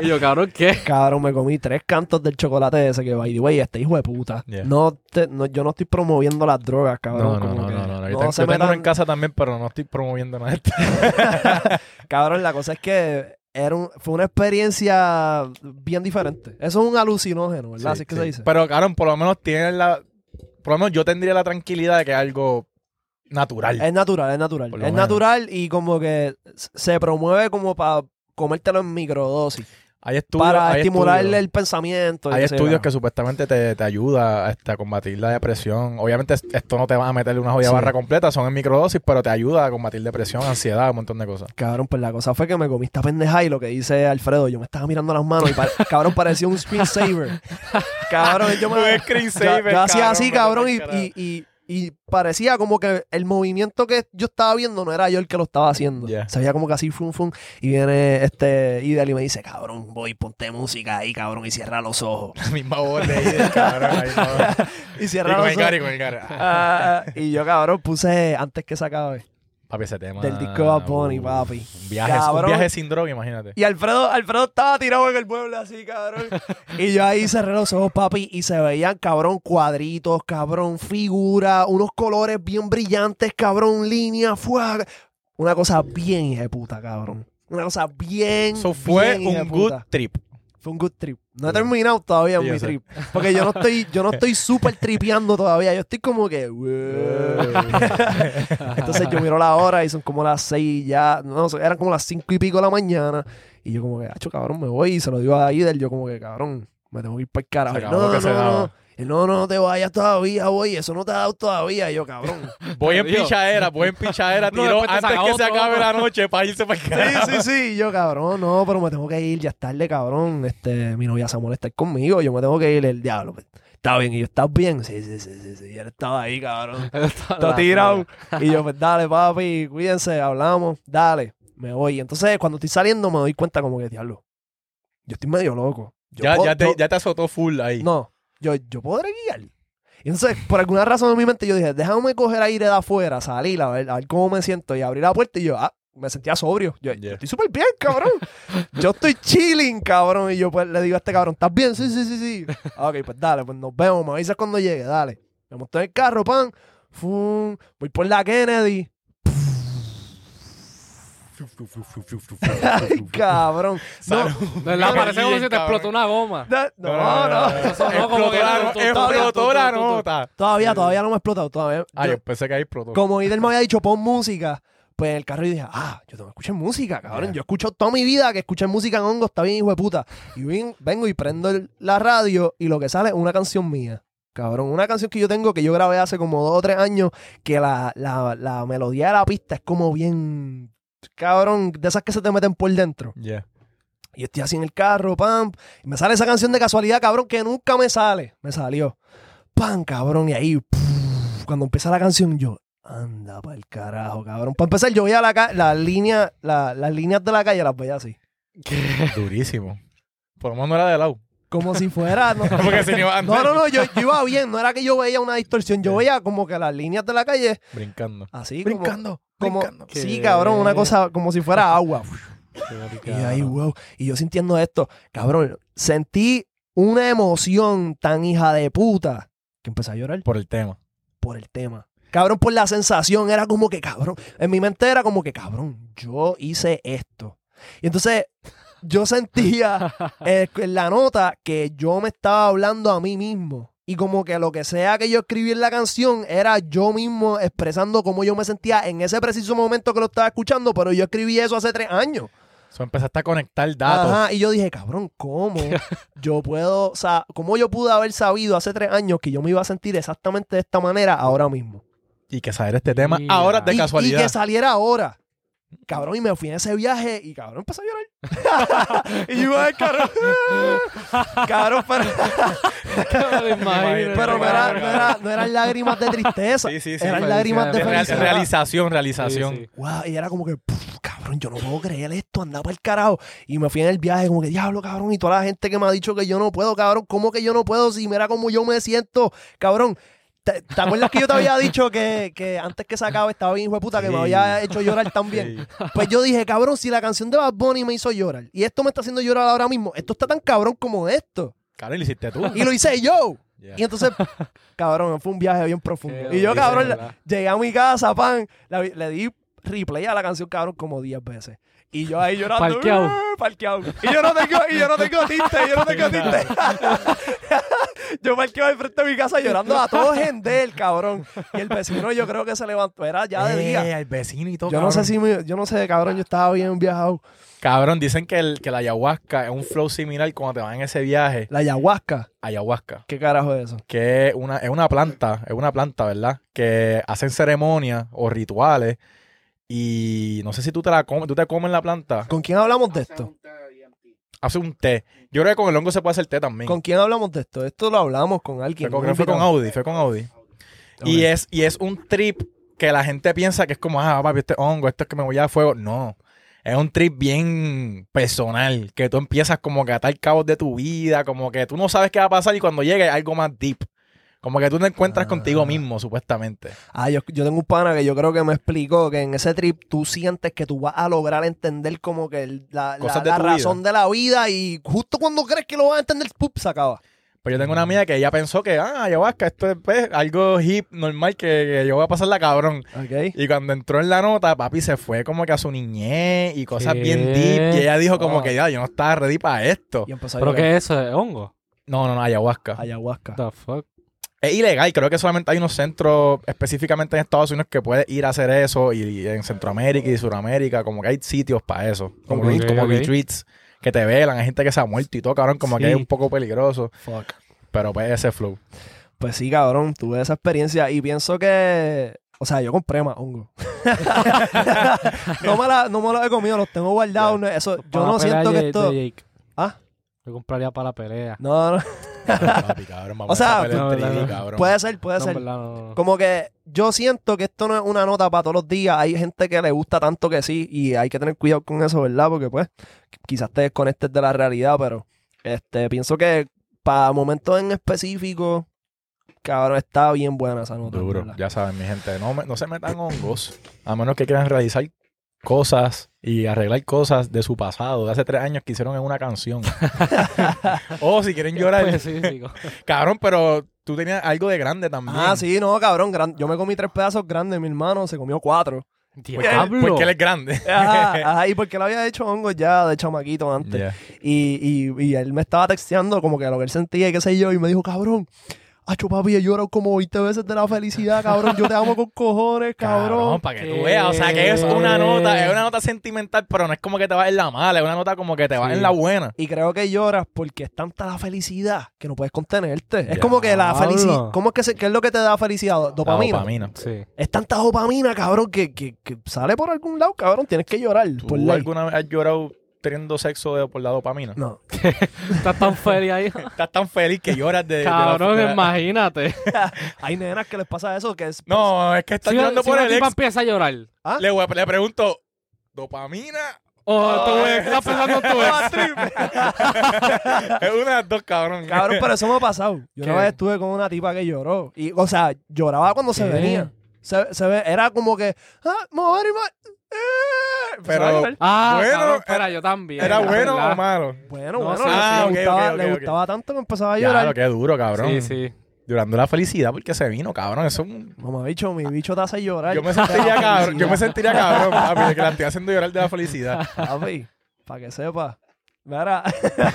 Speaker 3: Y yo, cabrón, ¿qué?
Speaker 1: Cabrón, me comí tres cantos del chocolate ese que by the way, este hijo de puta.
Speaker 2: Yeah.
Speaker 1: No te- no, yo no estoy promoviendo las drogas,
Speaker 2: No,
Speaker 1: cabrón.
Speaker 2: no,
Speaker 1: como
Speaker 2: no,
Speaker 1: que
Speaker 2: no, no, no. Yo
Speaker 1: no
Speaker 2: tengo,
Speaker 1: se
Speaker 2: yo tengo uno
Speaker 1: metan-
Speaker 2: en casa también, pero no estoy promoviendo nada de esto.
Speaker 1: Cabrón, la cosa es que era un- fue una experiencia bien diferente. Eso es un alucinógeno, *laughs* ¿verdad? Así es que se dice.
Speaker 2: Pero, cabrón, por lo menos tienes la... Por lo menos yo tendría la tranquilidad de que es algo natural.
Speaker 1: Es natural, es natural.
Speaker 2: Por
Speaker 1: Es
Speaker 2: lo menos.
Speaker 1: natural y como que se promueve como para comértelo en microdosis.
Speaker 2: Hay estudios,
Speaker 1: para
Speaker 2: hay
Speaker 1: estimularle
Speaker 2: estudios.
Speaker 1: el pensamiento. y
Speaker 2: Hay
Speaker 1: qué sé yo.
Speaker 2: estudios que supuestamente te, te ayuda este, a combatir la depresión. Obviamente es- esto no te va a meterle una joya
Speaker 1: Sí.
Speaker 2: barra completa, son en microdosis, pero te ayuda a combatir depresión, ansiedad, un montón de cosas.
Speaker 1: Cabrón, pues la cosa fue que me comí esta pendeja y lo que dice Alfredo, yo me estaba mirando las manos y pare- cabrón parecía un
Speaker 2: *laughs*
Speaker 1: screensaver. cabrón, yo me
Speaker 2: Un
Speaker 1: yo,
Speaker 2: *laughs* screensaver,
Speaker 1: yo hacía así, cabrón,
Speaker 2: cabrón, me
Speaker 1: y,
Speaker 2: lo descarado.
Speaker 1: y, y, y parecía como que el movimiento que yo estaba viendo no era yo el que lo estaba haciendo.
Speaker 2: Ya.
Speaker 1: Se veía como que así, fum, fum. Y viene este Ideal y me dice, cabrón, voy, ponte música ahí, cabrón, y cierra los ojos.
Speaker 2: La misma voz de ahí, cabrón. ahí,
Speaker 1: *laughs*
Speaker 2: cabrón.
Speaker 1: Y
Speaker 2: Oh Y
Speaker 1: cierra
Speaker 2: con
Speaker 1: los
Speaker 2: el Gary,
Speaker 1: ojos.
Speaker 2: con el Gary.
Speaker 1: Ah, y yo, cabrón, puse antes que se acabe.
Speaker 2: Papi, ese tema.
Speaker 1: Del disco de Bad Bunny,
Speaker 2: uf,
Speaker 1: papi.
Speaker 2: Un viaje, un
Speaker 1: Cabrón.
Speaker 2: viaje sin droga, imagínate.
Speaker 1: Y Alfredo, Alfredo estaba tirado en el mueble así, cabrón. Y yo ahí cerré los ojos, papi, y se veían, cabrón, cuadritos, cabrón, figuras, unos colores bien brillantes, cabrón, líneas, fuego. Una cosa bien puta, cabrón. Una cosa bien.
Speaker 2: Eso fue
Speaker 1: bien
Speaker 2: un good
Speaker 1: hijeputa.
Speaker 2: trip.
Speaker 1: Fue un good trip. No he
Speaker 2: Sí.
Speaker 1: terminado todavía
Speaker 2: Sí,
Speaker 1: mi
Speaker 2: yo sé.
Speaker 1: trip. Porque yo no estoy, yo no estoy súper tripeando todavía. Yo estoy como que.
Speaker 2: *laughs*
Speaker 3: Eh.
Speaker 1: Entonces yo miro la hora y son como las seis ya. No sé, eran como las cinco y pico de la mañana. Y yo como que, acho, cabrón, me voy. Y se lo digo a Ider, yo como que, cabrón, me tengo que ir para el carajo.
Speaker 2: Se
Speaker 1: Él,
Speaker 2: acabó
Speaker 1: No,
Speaker 2: lo que
Speaker 1: no,
Speaker 2: se daba".
Speaker 1: no. Él, No, no, no te vayas todavía, voy. Eso no te ha dado todavía. Y yo,
Speaker 2: *laughs*
Speaker 1: cabrón.
Speaker 2: Voy en
Speaker 3: Dios.
Speaker 2: pichadera, voy en pichadera.
Speaker 3: No,
Speaker 2: Tiró
Speaker 3: después te
Speaker 2: antes
Speaker 3: sacó
Speaker 2: que se
Speaker 3: todo.
Speaker 2: acabe la noche para irse para el
Speaker 1: Sí,
Speaker 2: carajo.
Speaker 1: sí, sí. Y yo, cabrón, no, pero me tengo que ir. Ya es tarde, cabrón. Este, mi novia se molesta conmigo. Yo me tengo que ir. El diablo. pues, Está bien. Y yo, ¿estás bien? Sí, sí, sí, sí. sí. Y él estaba ahí, cabrón.
Speaker 2: *laughs*
Speaker 1: Todo tirado. Y yo, pues dale, papi. Cuídense. Hablamos. Dale. Me voy. Y entonces, cuando estoy saliendo, me doy cuenta como que, diablo, yo estoy medio loco. Yo
Speaker 2: Ya,
Speaker 1: puedo-
Speaker 2: ya, te,
Speaker 1: yo-
Speaker 2: ya te azotó full ahí.
Speaker 1: No. Yo, yo podré guiar. Y entonces, por alguna razón en mi mente, yo dije, déjame coger aire de afuera, salir a ver, a ver cómo me siento. Y abrí la puerta y yo, ah, me sentía sobrio. Yo, yo
Speaker 2: Yeah.
Speaker 1: estoy súper bien, cabrón. yo estoy chilling, cabrón. Y yo pues le digo a este cabrón, ¿estás bien? Sí, sí, sí, sí. Ah, ok, pues dale, pues nos vemos. Me avisas cuando llegue, dale. Me monté en el carro, pan. Fum, voy por la Kennedy. Ay, cabrón. No,
Speaker 3: ¿Verdad?
Speaker 2: Bien,
Speaker 3: Parece como si te
Speaker 2: cabrón.
Speaker 3: explotó
Speaker 2: *laughs*
Speaker 3: una goma.
Speaker 1: no, no. no.
Speaker 3: Eso sonó como que-
Speaker 2: Explotó la nota.
Speaker 1: Todavía, todavía no me ha explotado. Todavía.
Speaker 2: Ah,
Speaker 1: yo-
Speaker 2: yo pensé que ahí explotó.
Speaker 1: como Ider me había dicho, pon música, pues en el carro yo dije, ah, yo tengo que escuchar música, cabrón.
Speaker 2: Ya.
Speaker 1: Yo escucho toda mi vida que escuchar música en hongo está bien, hijo de puta. Y vin- vengo y prendo el- la radio y lo que sale es una canción mía. Cabrón, una canción que yo tengo que yo grabé hace como dos o tres años, que la, la- la melodía de la pista es como bien, cabrón, de esas que se te meten por dentro.
Speaker 2: Yeah.
Speaker 1: Y estoy así en el carro, pam. Y me sale esa canción de casualidad, cabrón, que nunca me sale. Me salió. Pam, cabrón. Y ahí, puf, cuando empieza la canción, yo, anda para el carajo, cabrón. Para empezar, yo veía la, ca- la línea, la- las líneas de la calle, las veía así.
Speaker 2: Durísimo. Por lo menos no era de lado.
Speaker 1: Como si fuera. *laughs* No,
Speaker 2: Porque si no iba a andar
Speaker 1: no, no, no, yo, yo iba bien. No era que yo veía una distorsión. Yo veía como que las líneas de la calle,
Speaker 2: brincando.
Speaker 1: así. como-
Speaker 2: Brincando.
Speaker 1: Como,
Speaker 2: brincando.
Speaker 1: sí, cabrón, una cosa como si fuera agua. Y yo ahí,
Speaker 2: Cabrón.
Speaker 1: wow. Y yo sintiendo esto, cabrón, sentí una emoción tan hija de puta que empecé a llorar
Speaker 2: Por el tema.
Speaker 1: por el tema. Cabrón, por la sensación, era como que, cabrón, en mi mente era como que, cabrón, yo hice esto. Y entonces yo sentía eh, en la nota que yo me estaba hablando a mí mismo. Y como que lo que sea que yo escribí en la canción era yo mismo expresando cómo yo me sentía en ese preciso momento que lo estaba escuchando, pero yo escribí eso hace tres años.
Speaker 2: So, empezaste a conectar datos.
Speaker 1: Ajá, y yo dije, cabrón,
Speaker 2: *laughs*
Speaker 1: ¿cómo yo puedo, o sea, cómo yo pude haber sabido hace tres años que yo me iba a sentir exactamente de esta manera ahora mismo?
Speaker 2: Y que saber este tema
Speaker 3: Mira.
Speaker 2: ahora de
Speaker 1: Y-
Speaker 2: casualidad.
Speaker 1: Y que saliera ahora. Cabrón, y me fui en ese viaje y cabrón empecé a llorar. *laughs*
Speaker 2: *laughs*
Speaker 1: y yo iba cabrón. cabrón, pero,
Speaker 2: *laughs*
Speaker 1: pero no, era, no, era- no eran lágrimas de tristeza.
Speaker 2: Sí, sí, sí.
Speaker 1: eran
Speaker 3: felicidades.
Speaker 1: lágrimas de
Speaker 3: Real-
Speaker 2: Real-
Speaker 1: felicidad.
Speaker 2: realización, realización.
Speaker 1: Wow, y era como que, "Puf, cabrón, yo no puedo creer esto, andaba para el carajo. Y me fui en el viaje, como que, diablo, cabrón, y toda la gente que me ha dicho que yo no puedo, cabrón, ¿cómo que yo no puedo? Si mira cómo yo me siento, cabrón. ¿Te, te acuerdas que yo te había dicho que, que antes que se acabe estaba bien, hijo de puta, que me
Speaker 2: Sí.
Speaker 1: había hecho llorar también? Pues yo dije, cabrón, si la canción de Bad Bunny me hizo llorar y esto me está haciendo llorar ahora mismo, esto está tan cabrón como esto.
Speaker 2: Claro, y lo hiciste tú.
Speaker 1: Y lo hice yo.
Speaker 2: Yeah.
Speaker 1: Y
Speaker 2: *laughs*
Speaker 1: entonces, cabrón, fue un viaje bien profundo.
Speaker 3: Qué
Speaker 1: Y yo,
Speaker 3: duro,
Speaker 1: cabrón,
Speaker 3: ¿verdad?
Speaker 1: la- llegué a mi casa, pan, la vi- le di replay a la canción, cabrón, como 10 veces. Y yo ahí llorando.
Speaker 3: Parqueado.
Speaker 1: "Eh, Parqueado. Y yo no tengo, y yo no tengo tinte, yo no tengo
Speaker 2: *laughs*
Speaker 1: tinte. yo parqueo al frente de mi casa llorando a
Speaker 2: *laughs*
Speaker 1: todo Gendel, cabrón. Y el vecino yo creo que se levantó, era ya de día.
Speaker 2: Eh, al vecino y todo.
Speaker 1: Yo no
Speaker 2: cabrón.
Speaker 1: sé si, me- yo no sé, cabrón, yo estaba bien viajado.
Speaker 2: Cabrón, dicen que, el, que la ayahuasca es un flow similar cuando te vas en ese viaje.
Speaker 1: La ayahuasca,
Speaker 2: Ayahuasca.
Speaker 1: ¿qué carajo es eso?
Speaker 2: Que es una, es una planta, es una planta, ¿verdad? Que hacen ceremonias o rituales. Y no sé si tú te la comes, tú te comes la planta.
Speaker 1: ¿Con quién hablamos de esto?
Speaker 2: Hace un té. Yo creo que con el hongo se puede hacer té también.
Speaker 1: ¿Con quién hablamos de esto? Esto lo hablamos con
Speaker 2: Fue
Speaker 1: alguien.
Speaker 2: con,
Speaker 1: un
Speaker 2: creo que fue con
Speaker 1: invitado.
Speaker 2: Audi, fue con Audi.
Speaker 1: Ok.
Speaker 2: Y, es, y es un trip que la gente piensa que es como, ah, papi, este hongo, esto es que me voy a fuego. No. Es un trip bien personal, que tú empiezas como que a atar cabos de tu vida, como que tú no sabes qué va a pasar y cuando llegue algo más deep. Como que tú te encuentras
Speaker 1: Ah.
Speaker 2: contigo mismo, supuestamente.
Speaker 1: Ah, yo, yo tengo un pana que yo creo que me explicó que en ese trip tú sientes que tú vas a lograr entender como que el- la, la-
Speaker 2: Cosas de
Speaker 1: la
Speaker 2: tu
Speaker 1: razón de la vida y justo cuando crees que lo vas a entender, ¡pup! se acaba.
Speaker 2: Pero yo tengo una amiga que ella pensó que, ah, ayahuasca, esto es pues, algo hip, normal, que, que yo voy a pasarla cabrón.
Speaker 1: ¿Ok?
Speaker 2: Y cuando entró en la nota, papi se fue como que a su niñez y cosas
Speaker 3: ¿Qué?
Speaker 2: bien deep. Y ella dijo como
Speaker 1: Ah.
Speaker 2: que ya, yo no estaba ready para esto.
Speaker 1: Y empezó a
Speaker 3: ¿Pero
Speaker 1: llorar.
Speaker 3: qué es eso? ¿Es ¿Hongo?
Speaker 2: No, no, no, ayahuasca.
Speaker 1: Ayahuasca.
Speaker 3: What the fuck?
Speaker 2: Es ilegal, creo que solamente hay unos centros específicamente en Estados Unidos que puedes ir a hacer eso y, en Centroamérica y Sudamérica, como que hay sitios para eso, como,
Speaker 3: Ok,
Speaker 2: como
Speaker 3: ok.
Speaker 2: retreats que te velan, hay gente que se ha muerto y todo, cabrón, como que
Speaker 3: Sí.
Speaker 2: es un poco peligroso,
Speaker 1: Fuck.
Speaker 2: pero pues
Speaker 1: *laughs*
Speaker 2: ese flow.
Speaker 1: Pues sí, cabrón, tuve esa experiencia y pienso que. O sea, yo compré más hongo. *laughs* no, me la- no me los he comido, los tengo guardados. no- Eso, yo
Speaker 3: Para
Speaker 1: no
Speaker 3: la pelea
Speaker 1: siento que
Speaker 3: de-
Speaker 1: esto.
Speaker 3: de Jake.
Speaker 1: Ah.
Speaker 3: Yo compraría para la pelea.
Speaker 1: No, no.
Speaker 2: Papi, cabrón, vamos
Speaker 1: O sea,
Speaker 2: a sacarle el
Speaker 3: no,
Speaker 2: trigo,
Speaker 3: no, no.
Speaker 2: cabrón.
Speaker 1: Puede ser, puede
Speaker 3: No, en
Speaker 1: ser.
Speaker 3: verdad, no, no, no.
Speaker 1: Como que yo siento que esto no es una nota para todos los días. Hay gente que le gusta tanto que sí y hay que tener cuidado con eso, ¿verdad? Porque pues qu- quizás te desconectes de la realidad, pero este pienso que para momentos en específico, cabrón, está bien buena esa nota.
Speaker 2: Duro,
Speaker 1: ¿verdad?
Speaker 2: ya saben, mi gente, no, me- no se metan hongos, a menos que quieran realizar cosas y arreglar cosas de su pasado, de hace tres años que hicieron en una
Speaker 3: *laughs*
Speaker 2: canción. o si quieren llorar,
Speaker 3: Pues sí,
Speaker 2: *laughs*
Speaker 3: digo.
Speaker 2: Cabrón, pero tú tenías algo de grande también.
Speaker 1: Ah, sí, no, cabrón. gran- yo me comí tres pedazos grandes, mi hermano se comió
Speaker 2: *laughs*
Speaker 1: cuatro.
Speaker 2: Porque,
Speaker 3: Diablo.
Speaker 2: porque él es grande.
Speaker 1: Ajá, ajá, y porque lo había hecho hongo ya de chamaquito antes.
Speaker 2: Ya.
Speaker 1: Y, y- y él me estaba texteando como que lo que él sentía y qué sé yo, y me dijo, cabrón, acho papi, he llorado como 20 veces de la felicidad, cabrón, yo te amo con
Speaker 2: *laughs*
Speaker 1: cojones, cabrón.
Speaker 2: para que
Speaker 3: ¿Qué?
Speaker 2: tú veas. O sea, que es una nota, es una nota sentimental, pero no es como que te vas en la mala, es una nota como que te vas
Speaker 3: Sí.
Speaker 2: en la buena.
Speaker 1: Y creo que lloras porque es tanta la felicidad que no puedes contenerte. Es
Speaker 2: Ya,
Speaker 1: como que la
Speaker 3: hablo.
Speaker 1: felicidad, ¿cómo es que se- qué es lo que te da felicidad? Do-
Speaker 2: La
Speaker 1: Dopamina.
Speaker 2: dopamina.
Speaker 3: Sí.
Speaker 1: Es tanta dopamina, cabrón, que, que- que sale por algún lado, cabrón, tienes que llorar.
Speaker 2: ¿Tú
Speaker 1: Por ley.
Speaker 2: alguna vez has llorado teniendo sexo de- por la dopamina?
Speaker 1: No.
Speaker 3: Estás tan
Speaker 2: *laughs*
Speaker 3: feliz ahí.
Speaker 2: Estás tan feliz que lloras de. de la-
Speaker 3: Cabrón,
Speaker 2: de la-
Speaker 3: imagínate.
Speaker 1: Hay nenas que les pasa eso, que es...
Speaker 2: No, es que estás
Speaker 3: Si,
Speaker 2: llorando
Speaker 3: si
Speaker 2: por
Speaker 3: una
Speaker 2: el
Speaker 3: tipa
Speaker 2: ex.
Speaker 3: empieza a llorar.
Speaker 1: ¿Ah?
Speaker 2: Le, voy a- le pregunto, ¿dopamina?
Speaker 3: O Oh,
Speaker 2: Oh,
Speaker 3: tú ves, estás pensando
Speaker 2: *laughs*
Speaker 3: en tu ex.
Speaker 2: es una de las dos, cabrón.
Speaker 1: Cabrón, pero eso me ha pasado. Yo
Speaker 3: ¿Qué?
Speaker 1: una vez estuve con una tipa que lloró. Y, o sea, lloraba cuando se
Speaker 3: ¿Qué?
Speaker 1: venía. Se, se ve, era como que, ah, me voy a animar. Eh, empezaba
Speaker 2: Pero-
Speaker 1: a llorar.
Speaker 3: Ah,
Speaker 2: Bueno,
Speaker 3: cabrón, espera,
Speaker 2: era-
Speaker 3: yo
Speaker 2: *laughs*
Speaker 3: también.
Speaker 2: ¿Era bueno
Speaker 3: ¿verdad?
Speaker 2: o malo?
Speaker 1: bueno,
Speaker 3: No
Speaker 1: bueno,
Speaker 3: sé.
Speaker 1: le-
Speaker 2: Ah,
Speaker 1: le,
Speaker 2: ok,
Speaker 1: gustaba,
Speaker 2: ok,
Speaker 1: le
Speaker 2: ok, ok.
Speaker 1: gustaba tanto que empezaba a llorar.
Speaker 2: Claro, qué duro, cabrón.
Speaker 3: Sí, sí.
Speaker 2: Llorando la felicidad porque se vino, cabrón. Eso es un
Speaker 1: Mamá bicho, mi bicho te hace llorar.
Speaker 2: Yo me
Speaker 1: *laughs*
Speaker 2: sentiría cabrón, yo me sentiría cabrón, papi, de que la estoy haciendo llorar de la
Speaker 3: *laughs*
Speaker 2: felicidad. *laughs*
Speaker 1: Papi, para que sepa. Mira,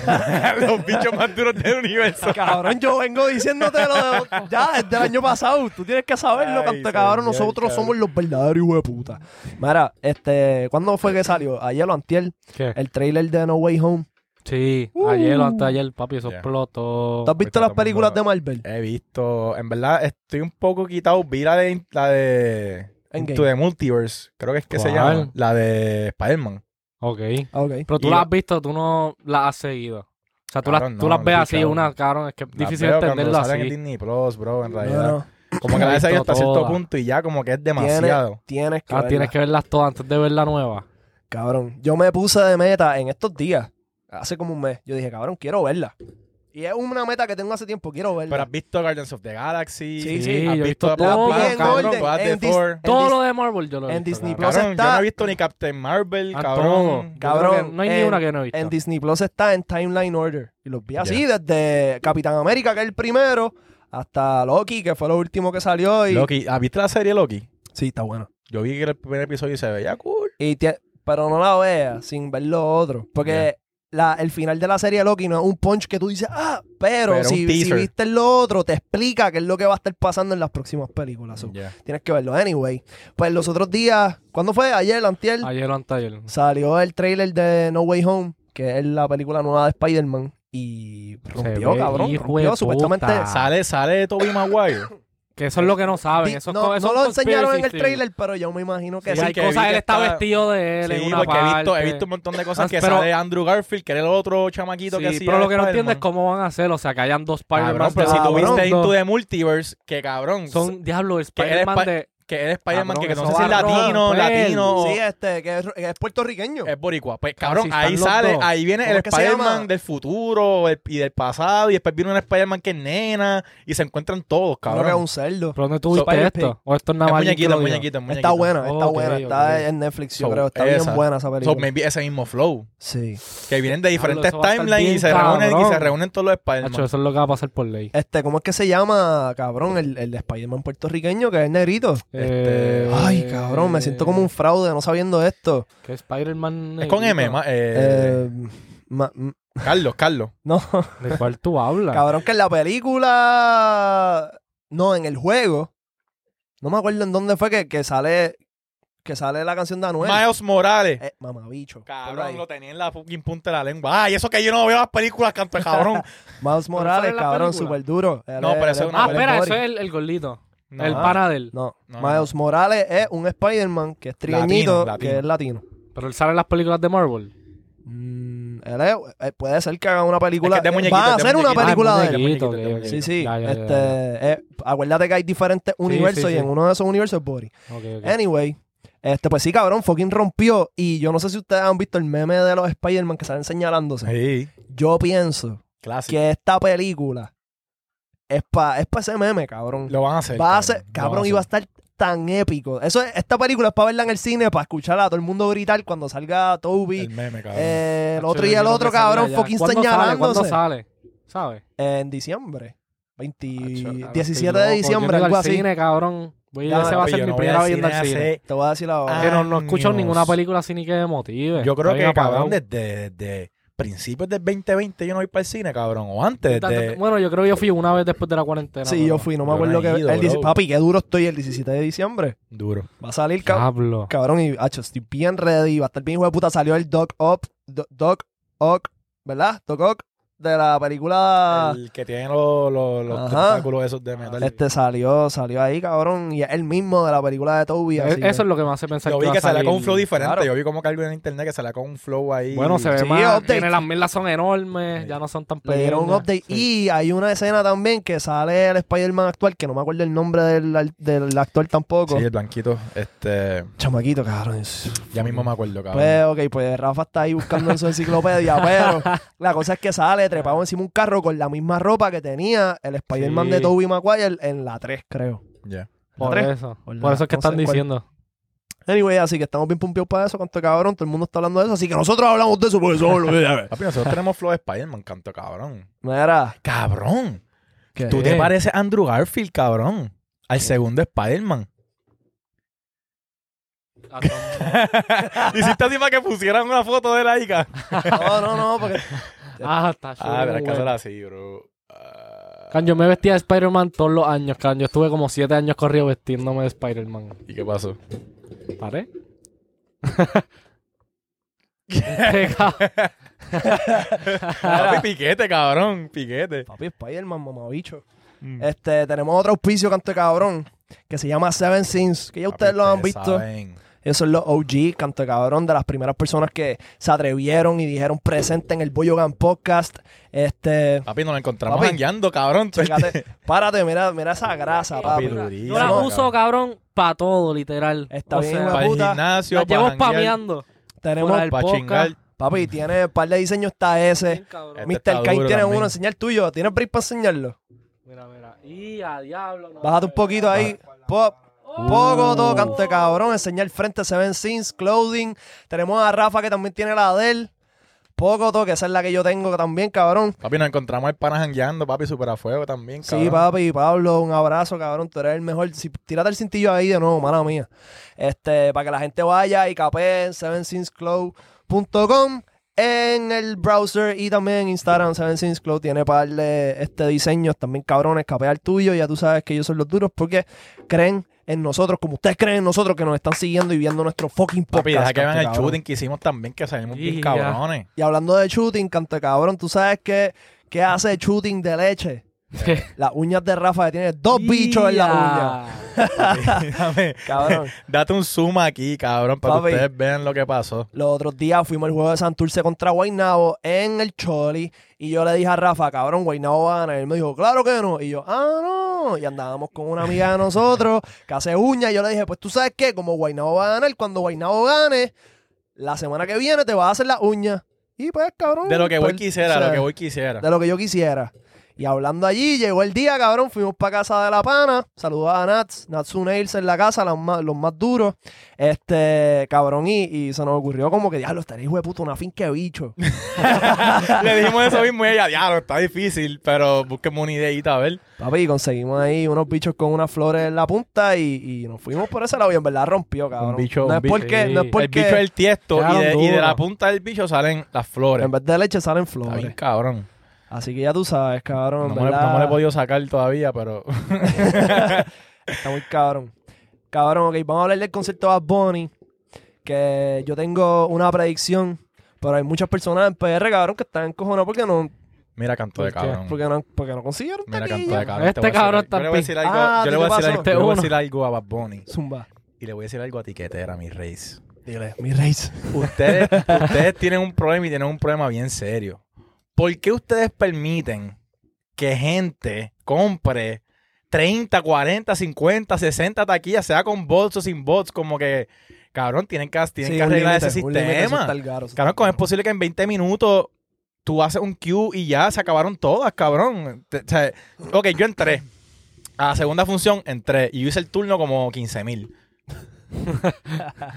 Speaker 1: *laughs*
Speaker 2: Los bichos más duros del universo.
Speaker 1: cabrón, yo vengo diciéndotelo de- ya desde el año pasado. Tú tienes que saberlo,
Speaker 2: Ay,
Speaker 1: canto cabrón.
Speaker 2: señor,
Speaker 1: Nosotros
Speaker 2: cabrón.
Speaker 1: somos los verdaderos hijos de puta. Mira, este, ¿cuándo fue que salió? Ayer o antier,
Speaker 3: ¿Qué?
Speaker 1: el trailer de No Way Home.
Speaker 3: Sí,
Speaker 1: Uh.
Speaker 3: ayer o antes de ayer, papi, eso
Speaker 2: Ya.
Speaker 3: explotó.
Speaker 1: ¿Tú has visto
Speaker 2: Ahorita
Speaker 1: las
Speaker 2: todo el
Speaker 1: películas de
Speaker 2: mundo-
Speaker 1: Marvel?
Speaker 2: He visto, en verdad estoy un poco quitado. Vi la de la de
Speaker 1: Endgame.
Speaker 2: Into the Multiverse, creo que es que se
Speaker 3: ¿Cuál?
Speaker 2: llama, la de Spider-Man.
Speaker 3: Ok.
Speaker 1: Ah, Ok.
Speaker 3: Pero tú
Speaker 2: Y
Speaker 3: las
Speaker 2: la-
Speaker 3: has visto, tú no las has seguido. O sea, tú,
Speaker 2: Cabrón,
Speaker 3: las, tú
Speaker 2: no,
Speaker 3: las ves
Speaker 2: sí,
Speaker 3: así,
Speaker 2: cabrón.
Speaker 3: una, cabrón, es que es
Speaker 2: Las
Speaker 3: difícil
Speaker 2: veo cuando
Speaker 3: entenderlo
Speaker 2: salen en
Speaker 3: así.
Speaker 2: Disney Plus, bro, en
Speaker 1: No,
Speaker 2: realidad.
Speaker 1: no.
Speaker 2: Como que la
Speaker 3: He
Speaker 2: he seguido hasta
Speaker 3: visto
Speaker 2: cierto
Speaker 3: todas.
Speaker 2: punto y ya como que es
Speaker 1: Tienes-
Speaker 2: demasiado.
Speaker 1: Tienes que
Speaker 3: Ah, tienes
Speaker 1: verlas,
Speaker 3: que verlas todas antes de ver la nueva.
Speaker 1: Cabrón, yo me puse de meta en estos días, hace como un mes. Yo dije, cabrón, quiero verla. Y es una meta que tengo hace tiempo, quiero verla.
Speaker 2: Pero has visto Guardians of the Galaxy,
Speaker 1: Sí,
Speaker 3: sí, yo
Speaker 2: has
Speaker 3: he
Speaker 2: visto
Speaker 3: visto
Speaker 2: Black
Speaker 3: todo,
Speaker 2: Panther,
Speaker 3: cabrón,
Speaker 2: ah, cabrón, Black
Speaker 1: en
Speaker 2: de
Speaker 1: Dis-
Speaker 2: Thor.
Speaker 1: en
Speaker 3: Todo
Speaker 1: Dis-
Speaker 3: lo de Marvel yo lo he
Speaker 1: en
Speaker 3: visto,
Speaker 1: Disney
Speaker 3: cabrón.
Speaker 1: Plus
Speaker 2: Cabrón, yo
Speaker 1: está-
Speaker 2: no he visto ni Captain Marvel,
Speaker 3: Ah,
Speaker 2: cabrón.
Speaker 3: todo. Yo creo que
Speaker 1: Cabrón,
Speaker 3: no hay ni
Speaker 1: en-
Speaker 3: una que no he visto.
Speaker 1: En Disney Plus está en Timeline Order. Y los vi así desde Capitán América, que es el primero, hasta Loki, que fue lo último que salió. Y...
Speaker 2: Loki, ¿has visto la serie Loki?
Speaker 1: Sí, está bueno.
Speaker 2: Yo vi que el primer episodio y se veía cool.
Speaker 1: Y tie- pero no la veas sin ver lo otro. Porque la- el final de la serie Loki no es un punch que tú dices, ah, pero,
Speaker 2: Pero
Speaker 1: si,
Speaker 2: un
Speaker 1: si
Speaker 2: teaser.
Speaker 1: viste lo otro, te explica qué es lo que va a estar pasando en las próximas películas. So,
Speaker 2: Ya.
Speaker 1: Tienes que verlo. Anyway, pues los otros días, ¿cuándo fue? Ayer, antier,
Speaker 3: Ayer o anteayer.
Speaker 1: salió el trailer de No Way Home, que es la película nueva de Spider-Man. Y rompió,
Speaker 3: ve,
Speaker 1: cabrón.
Speaker 3: hijo de
Speaker 1: Rompió,
Speaker 3: puta.
Speaker 1: supuestamente.
Speaker 3: Ah.
Speaker 2: Sale, sale Toby Maguire.
Speaker 3: Que eso es lo que no saben.
Speaker 1: di-
Speaker 3: Eso es
Speaker 1: no,
Speaker 3: co- eso
Speaker 1: no
Speaker 3: es
Speaker 1: lo enseñaron en el
Speaker 3: conspiracy
Speaker 1: trailer, pero yo me imagino que sí.
Speaker 3: theory. Sí,
Speaker 2: Sí,
Speaker 3: hay
Speaker 2: que
Speaker 3: cosas,
Speaker 2: vi
Speaker 3: él
Speaker 2: que
Speaker 3: está
Speaker 2: estaba-
Speaker 3: vestido de él en
Speaker 2: Sí,
Speaker 3: una
Speaker 2: porque he visto, he
Speaker 3: parte.
Speaker 2: visto un montón de cosas que
Speaker 3: Pero-
Speaker 2: sale Andrew Garfield, que era el otro chamaquito que
Speaker 3: Sí,
Speaker 2: hacía.
Speaker 3: pero lo que no
Speaker 2: Spider-Man.
Speaker 3: entiendo es cómo van a hacer, o sea, que hayan dos Spider-Man.
Speaker 2: Cabrón, pero si tú
Speaker 1: Cabrón,
Speaker 2: viste
Speaker 3: dos-
Speaker 2: Into the Multiverse, que cabrón,
Speaker 3: Son, diablo, el
Speaker 2: Que él es
Speaker 3: Spider-Man
Speaker 2: Spi-
Speaker 3: de...
Speaker 2: que es Spider-Man,
Speaker 3: Cabrón,
Speaker 2: que, que no
Speaker 3: eso
Speaker 2: sé si es
Speaker 3: va a
Speaker 2: latino,
Speaker 3: romper.
Speaker 2: latino o
Speaker 1: Sí, este, que es, que es puertorriqueño.
Speaker 3: Eh,
Speaker 2: es boricua. Pues
Speaker 3: si
Speaker 2: cabrón,
Speaker 3: están
Speaker 2: ahí
Speaker 3: los
Speaker 2: sale,
Speaker 3: dos.
Speaker 2: ahí viene
Speaker 1: ¿Cómo
Speaker 2: el
Speaker 1: es que se llama?
Speaker 2: Spider-Man del futuro el- y del pasado, y después viene un Spider-Man que es nena, y se encuentran todos,
Speaker 1: Cabrón, que es
Speaker 2: cabrón.
Speaker 1: un cerdo.
Speaker 3: ¿Pero dónde tú viste
Speaker 1: Spider-Pig.
Speaker 3: esto? ¿O esto es
Speaker 2: Es
Speaker 3: nada más alguien que
Speaker 2: muñequito,
Speaker 3: lo
Speaker 2: es
Speaker 3: diga?
Speaker 2: muñequito, es muñequito.
Speaker 1: Está buena, está
Speaker 3: Ok,
Speaker 1: buena.
Speaker 3: ok.
Speaker 1: Está en Netflix, yo
Speaker 2: So,
Speaker 1: creo. Está
Speaker 2: esa.
Speaker 1: bien buena esa película.
Speaker 2: So, maybe ese mismo flow.
Speaker 1: Sí.
Speaker 2: Que vienen de
Speaker 3: Diablo,
Speaker 2: diferentes
Speaker 3: eso va a estar
Speaker 2: timelines
Speaker 3: bien
Speaker 2: y se reúnen y
Speaker 3: cabrón.
Speaker 2: se reúnen todos los
Speaker 3: Hacho,
Speaker 2: Spider-Man.
Speaker 3: eso es lo que va a pasar por ley.
Speaker 1: Este, ¿cómo es que se llama, cabrón? El, el de Spider-Man puertorriqueño, que es negrito.
Speaker 2: Este-
Speaker 3: Eh,
Speaker 1: Ay, cabrón, me siento como un fraude no sabiendo esto.
Speaker 3: Que Spider-Man...
Speaker 2: Es con M,
Speaker 3: negrito.
Speaker 2: ma- eh,
Speaker 1: Eh, ma- m-
Speaker 2: Carlos, Carlos.
Speaker 1: no,
Speaker 3: ¿De cuál tú
Speaker 2: ah.
Speaker 3: hablas?
Speaker 1: cabrón, que en la película. No, en el juego. No me acuerdo en dónde fue que, que sale. Que sale la canción de Anuel.
Speaker 2: Miles Morales.
Speaker 1: Eh, mamabicho. ponlo ahí.
Speaker 2: Cabrón, lo tenía en la fucking punta de la lengua. Ay, eso que yo no veo las películas, canto de cabrón.
Speaker 1: Miles Morales,
Speaker 3: en la
Speaker 1: cabrón,
Speaker 3: película.
Speaker 1: súper duro. Él
Speaker 2: No,
Speaker 1: es-
Speaker 2: pero eso
Speaker 1: él
Speaker 2: es una
Speaker 3: ah,
Speaker 1: Miles
Speaker 3: espera, eso
Speaker 1: Morales.
Speaker 3: es el, el gordito.
Speaker 2: No.
Speaker 3: el pana de él.
Speaker 1: No,
Speaker 2: No,
Speaker 1: Miles Morales es un Spider-Man que es trigueñito,
Speaker 2: Latino,
Speaker 1: que es latino.
Speaker 3: Pero él sale en las películas de Marvel.
Speaker 1: Mm, él es- eh, puede ser que haga una película.
Speaker 2: Es que es de muñequito,
Speaker 1: va a
Speaker 2: es de
Speaker 1: hacer una
Speaker 2: muñequito.
Speaker 1: película de él.
Speaker 3: Ah, muñequito,
Speaker 2: muñequito,
Speaker 3: ok, ok.
Speaker 1: Sí, sí.
Speaker 3: Ya, ya, ya,
Speaker 1: este, eh, acuérdate que hay diferentes universos
Speaker 3: sí,
Speaker 1: y en
Speaker 3: sí.
Speaker 1: uno de esos universos es Body.
Speaker 3: ya. Ok, ok.
Speaker 1: Anyway, este, pues sí, cabrón, fucking rompió. Y yo no sé si ustedes han visto el meme de los Spider-Man que salen señalándose.
Speaker 2: Sí,
Speaker 1: Yo pienso
Speaker 2: clásico.
Speaker 1: que esta película es para es pa ese meme, cabrón.
Speaker 2: Lo van a hacer.
Speaker 1: Va a ser,
Speaker 2: lo
Speaker 1: cabrón,
Speaker 2: van
Speaker 1: y va a
Speaker 2: hacer.
Speaker 1: estar tan épico. Eso, es- esta película es para verla en el cine, para escuchar a todo el mundo gritar cuando salga
Speaker 2: El
Speaker 1: Toby,
Speaker 2: meme, cabrón.
Speaker 1: eh, el
Speaker 3: Hacho,
Speaker 1: otro y
Speaker 3: yo
Speaker 1: el
Speaker 3: quiero
Speaker 1: otro,
Speaker 3: que salga
Speaker 1: cabrón,
Speaker 3: ya.
Speaker 1: fucking
Speaker 3: ¿Cuándo Sale? ¿Cuándo
Speaker 1: señalándose.
Speaker 3: sale? ¿Sabes?
Speaker 1: En diciembre, 20
Speaker 3: Hacho, cabrón,
Speaker 1: 17
Speaker 3: estoy
Speaker 1: de
Speaker 3: loco. Yo
Speaker 1: diciembre,
Speaker 3: no he ido
Speaker 1: algo
Speaker 3: al
Speaker 1: así.
Speaker 3: cine, cabrón. Voy,
Speaker 1: Ya,
Speaker 3: ese va a
Speaker 2: Papi,
Speaker 3: ser
Speaker 2: yo
Speaker 3: mi
Speaker 2: no voy
Speaker 3: primera
Speaker 2: al
Speaker 3: vez yendo al
Speaker 2: cine
Speaker 3: cine.
Speaker 2: hace-
Speaker 1: Te voy a decir ahora.
Speaker 3: Ah, Que no, no escucho
Speaker 2: años.
Speaker 3: ninguna película así ni que me motive.
Speaker 2: Yo
Speaker 3: *laughs*
Speaker 2: creo
Speaker 3: Está bien
Speaker 2: que,
Speaker 3: apagado.
Speaker 2: cabrón, desde, desde principios del 2020 yo no voy para el cine, cabrón. O antes, desde...
Speaker 3: Bueno, yo creo que yo fui una vez después de la cuarentena.
Speaker 1: Sí,
Speaker 3: pero-
Speaker 1: yo fui, no me
Speaker 2: yo no
Speaker 1: acuerdo
Speaker 2: he
Speaker 1: que.
Speaker 2: ido,
Speaker 1: el dieci-
Speaker 2: bro.
Speaker 1: Papi, qué duro estoy el 17 de diciembre.
Speaker 2: Duro.
Speaker 1: Va a salir, ca-
Speaker 3: Diablo.
Speaker 1: cabrón, y hacho, estoy bien ready. Va a estar bien, hijo de puta. Salió el Doc Ock, Do- Doc Ock, ¿verdad? Doc Ock de la película.
Speaker 2: El que tiene los, los, los
Speaker 1: Ah. Ajá.
Speaker 2: tentáculos esos de metal.
Speaker 1: Este salió, salió ahí, cabrón. Y es el mismo de la película de Toby.
Speaker 3: Es-
Speaker 1: así que-
Speaker 3: Eso es lo que me hace pensar
Speaker 2: Yo vi
Speaker 3: va
Speaker 2: que
Speaker 3: a
Speaker 2: salía con un
Speaker 3: salir-
Speaker 2: flow diferente.
Speaker 1: claro.
Speaker 2: Yo vi como que algo en internet que salía con un flow ahí.
Speaker 3: Bueno, se ve
Speaker 1: Sí,
Speaker 3: más.
Speaker 1: update.
Speaker 3: Tiene las milas son enormes,
Speaker 2: Sí.
Speaker 3: ya no son tan
Speaker 1: Le dieron un
Speaker 3: pequeñas.
Speaker 1: update.
Speaker 3: Sí.
Speaker 1: Y hay una escena también que sale el Spider-Man actual, que no me acuerdo el nombre del, al- del actor tampoco.
Speaker 2: Sí, el blanquito. Este,
Speaker 1: Chamaquito, cabrón. es-
Speaker 2: ya mismo me acuerdo, cabrón.
Speaker 1: Pues, ok, pues Rafa está ahí buscando en su enciclopedia,
Speaker 3: *laughs*
Speaker 1: pero la cosa es que sale trepado encima de un carro con la misma ropa que tenía el Spider-Man
Speaker 3: Sí.
Speaker 1: de Tobey Maguire en la 3, creo.
Speaker 2: Ya.
Speaker 3: Por
Speaker 1: ¿La tres?
Speaker 3: eso.
Speaker 1: O la-
Speaker 3: Por eso es que
Speaker 1: no
Speaker 3: están
Speaker 1: sé cuál.
Speaker 3: diciendo.
Speaker 1: Anyway, así que estamos bien pumpeados para eso, canto cabrón, todo el mundo está hablando de eso, así que nosotros hablamos de eso porque somos los
Speaker 3: *laughs*
Speaker 1: que...
Speaker 2: Papi, Ah, nosotros tenemos flow de Spider-Man, canto, cabrón.
Speaker 1: Mira,
Speaker 2: Cabrón.
Speaker 1: ¿qué?
Speaker 2: Tú
Speaker 3: Eh.
Speaker 2: te pareces a Andrew Garfield, cabrón. Al segundo Spider-Man.
Speaker 1: Ah,
Speaker 2: Hiciste así para que pusieran una foto de la Ica.
Speaker 1: No, no, no, porque...
Speaker 3: *laughs* ah, está chulo.
Speaker 2: Ah, verás que
Speaker 3: güey.
Speaker 2: hacer así, bro. Ah,
Speaker 3: Can, yo me vestía de Spider-Man todos los años, can. Yo estuve como siete años corrido vestiéndome de Spider-Man.
Speaker 2: ¿Y qué pasó?
Speaker 3: *laughs* ¿Paré? Este, cabrón.
Speaker 2: Papi, piquete, cabrón. Piquete.
Speaker 1: Papi, Spider-Man, mamabicho. Este, tenemos otro auspicio, canto cabrón, que se llama Seven Sins, que ya ustedes
Speaker 2: Papi,
Speaker 1: lo han visto.
Speaker 2: saben.
Speaker 1: Ellos son los OG, canto de cabrón, de las primeras personas que se atrevieron y dijeron presente en el Boyogan Podcast. Este,
Speaker 2: Papi, nos lo encontramos
Speaker 1: Papi.
Speaker 2: jangueando, cabrón. Todo el
Speaker 1: fíjate, párate, mira, mira esa grasa, papi.
Speaker 2: Papi, durísimo.
Speaker 3: Yo la
Speaker 1: No,
Speaker 3: uso, cabrón, para todo, literal.
Speaker 1: Está bien,
Speaker 3: sea,
Speaker 1: la
Speaker 2: *laughs* Para el
Speaker 1: puta.
Speaker 2: gimnasio,
Speaker 3: la
Speaker 2: para
Speaker 3: llevo
Speaker 2: janguear,
Speaker 3: spameando.
Speaker 1: Tenemos,
Speaker 3: Fuera del
Speaker 2: para
Speaker 3: podcast.
Speaker 2: chingar.
Speaker 1: papi, tiene un par de diseños, está ese.
Speaker 3: Bien, cabrón.
Speaker 2: Este
Speaker 1: Mr.
Speaker 2: está
Speaker 1: Kane
Speaker 2: duro
Speaker 1: tiene
Speaker 2: también.
Speaker 1: uno, enseña el tuyo. ¿Tienes break para enseñarlo?
Speaker 3: Mira, mira. Y a diablo. no,
Speaker 1: Bájate un
Speaker 3: no,
Speaker 1: poquito
Speaker 3: no,
Speaker 1: ahí.
Speaker 3: no, no.
Speaker 1: Pop.
Speaker 3: Oh.
Speaker 1: Poco todo, canto de cabrón. Enseña el frente Seven Sins, Clothing. Tenemos a Rafa que también tiene la de él. tampoco, toque. Esa es la que yo tengo también, cabrón.
Speaker 2: Papi, nos encontramos al pana jangueando, papi, super a fuego también, cabrón.
Speaker 1: Sí, papi, Pablo, un abrazo, cabrón. Tú eres el mejor. Si, tírate el cintillo ahí de nuevo, mala mía. Este, para que la gente vaya y capee en sevensinscloud.com en el browser y también en Instagram. Seven Sins Club tiene para darle este diseño también cabrones, capear tuyo. Ya tú sabes que ellos son los duros porque creen en nosotros, como ustedes creen en nosotros que nos están siguiendo y viendo nuestro fucking podcast.
Speaker 2: Papi, deja que vean el
Speaker 1: cabrón.
Speaker 2: shooting que hicimos también, que salimos bien
Speaker 1: *laughs*
Speaker 3: Ya.
Speaker 2: cabrones.
Speaker 1: Y hablando de shooting, canto de cabrón, tú sabes que, que hace shooting de leche. Las uñas de Rafa que tiene dos bichos
Speaker 3: *laughs*
Speaker 1: en la uña.
Speaker 2: Papi, dame-
Speaker 1: Cabrón.
Speaker 2: date un zoom aquí, cabrón, para
Speaker 1: Papi.
Speaker 2: que ustedes vean lo que pasó.
Speaker 1: *laughs* Los otros días fuimos al juego de Santurce contra Guaynabo en el Choli y yo le dije a Rafa, cabrón, Guaynabo va a ganar. Él me dijo, claro que no. Y yo, ah, no. Y andábamos con una amiga de nosotros
Speaker 2: *laughs*
Speaker 1: que hace uña y yo le dije, pues tú sabes qué, como Guaynabo va a ganar, cuando Guaynabo gane, la semana que viene te vas a hacer las uñas. Y pues, cabrón.
Speaker 2: De lo que
Speaker 1: pues,
Speaker 2: voy quisiera,
Speaker 1: o sea,
Speaker 2: lo que
Speaker 1: *laughs*
Speaker 2: voy quisiera.
Speaker 1: de lo que yo quisiera. Y hablando allí, llegó el día, cabrón. Fuimos para casa de la pana. Saludaba a Nats, Natsu Nails en la casa, las más- los más duros. Este, cabrón, y, y se nos ocurrió como que, diablo, estaría hijo de puta, una finca de
Speaker 2: *laughs*
Speaker 1: bicho.
Speaker 2: Le dijimos eso mismo y ella, diablo, está difícil, pero busquemos una ideita, a ver.
Speaker 1: Papi, conseguimos ahí unos bichos con unas flores en la punta y, y nos fuimos por ese lado. Y en verdad rompió, cabrón.
Speaker 2: bicho,
Speaker 1: no,
Speaker 2: un
Speaker 1: es
Speaker 2: bicho,
Speaker 1: porque, no es
Speaker 3: sí.
Speaker 1: porque,
Speaker 2: El bicho es el tiesto y
Speaker 3: Quedaron
Speaker 2: de, y de
Speaker 3: duros.
Speaker 2: la punta del bicho salen las flores.
Speaker 1: en vez de leche salen
Speaker 2: Está bien,
Speaker 1: flores.
Speaker 2: cabrón.
Speaker 1: Así que ya tú sabes,
Speaker 2: No
Speaker 1: cabrón.
Speaker 2: me,
Speaker 1: en
Speaker 2: lo he-
Speaker 1: verdad,
Speaker 2: no me lo he podido sacar todavía, pero *laughs*
Speaker 1: Está muy cabrón. Cabrón, ok, vamos a hablar del concierto de Bad Bunny. Que yo tengo una predicción, pero hay muchas personas en PR, cabrón, que están encojonadas porque no,
Speaker 2: mira canto de
Speaker 3: ¿Por qué?
Speaker 2: cabrón.
Speaker 1: porque no, porque no consiguieron
Speaker 2: Mira canto de
Speaker 1: taquilla.
Speaker 2: cabrón.
Speaker 3: Este
Speaker 2: te voy a decir
Speaker 3: cabrón
Speaker 2: algo.
Speaker 3: está
Speaker 1: pi- Ah,
Speaker 2: Yo le voy a decir algo, yo le
Speaker 1: ¿qué
Speaker 2: voy a
Speaker 1: te pasó?
Speaker 2: decir algo, yo le voy a
Speaker 3: Este
Speaker 2: decir algo a Bad Bunny
Speaker 1: Zumba.
Speaker 2: y le voy a decir algo a Tiquetera, mi reis.
Speaker 1: Dile, mi race.
Speaker 2: Ustedes, ustedes tienen un problema y tienen un problema bien serio. ¿Por qué ustedes permiten que gente compre 30, 40, 50, 60 taquillas, sea con bots o sin bots? Como que, cabrón, tienen que, tienen
Speaker 1: Sí,
Speaker 2: que
Speaker 1: un
Speaker 2: arreglar
Speaker 1: límite,
Speaker 2: ese
Speaker 1: un límite, eso está
Speaker 2: sistema.
Speaker 1: el garo, eso está
Speaker 2: Cabrón,
Speaker 1: el
Speaker 2: ¿cómo es
Speaker 1: garo.
Speaker 2: posible que en 20 minutos tú haces un queue y ya se acabaron todas, cabrón? Te- o sea, ok, yo entré. A la segunda función entré y yo hice el turno como 15 mil.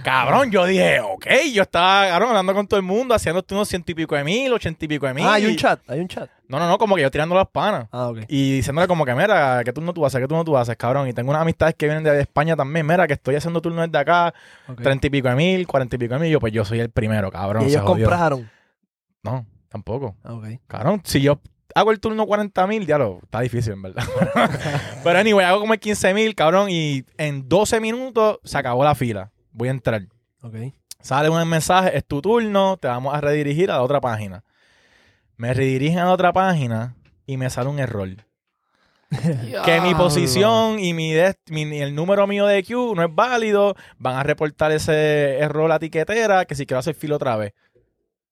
Speaker 2: cabrón, yo dije, ok, yo estaba cabrón, hablando con todo el mundo, haciendo turnos ciento y pico de mil, ochenta y pico de mil.
Speaker 1: Ah, hay un chat, hay un chat.
Speaker 2: No, no, no, como que yo tirando las panas.
Speaker 1: Ah, ok.
Speaker 2: Y diciéndole como que, mira, ¿qué turno tú haces? ¿Qué turno tú haces, cabrón? Y tengo unas amistades que vienen de España también. Mira, que estoy haciendo turnos desde acá,
Speaker 1: ok.
Speaker 2: treinta y pico de mil, cuarenta y pico de mil. Y yo, pues yo soy el primero, cabrón.
Speaker 1: y
Speaker 2: se
Speaker 1: ellos
Speaker 2: jodió.
Speaker 1: compraron.
Speaker 2: No, tampoco.
Speaker 1: Ah, ok.
Speaker 2: Cabrón, si yo hago el turno 40 mil, diablo, está difícil, en verdad. *laughs* Pero anyway, hago como el 15 mil, cabrón, y en 12 minutos se acabó la fila. Voy a entrar.
Speaker 1: Ok.
Speaker 2: Sale un mensaje, es tu turno, te vamos a redirigir a la otra página. Me redirigen a la otra página y me sale un error. Que
Speaker 3: Ah,
Speaker 2: mi posición y mi, dest- mi- ni el número mío de Q no es válido. Van a reportar ese error a la tiquetera que si quiero hacer fila otra vez.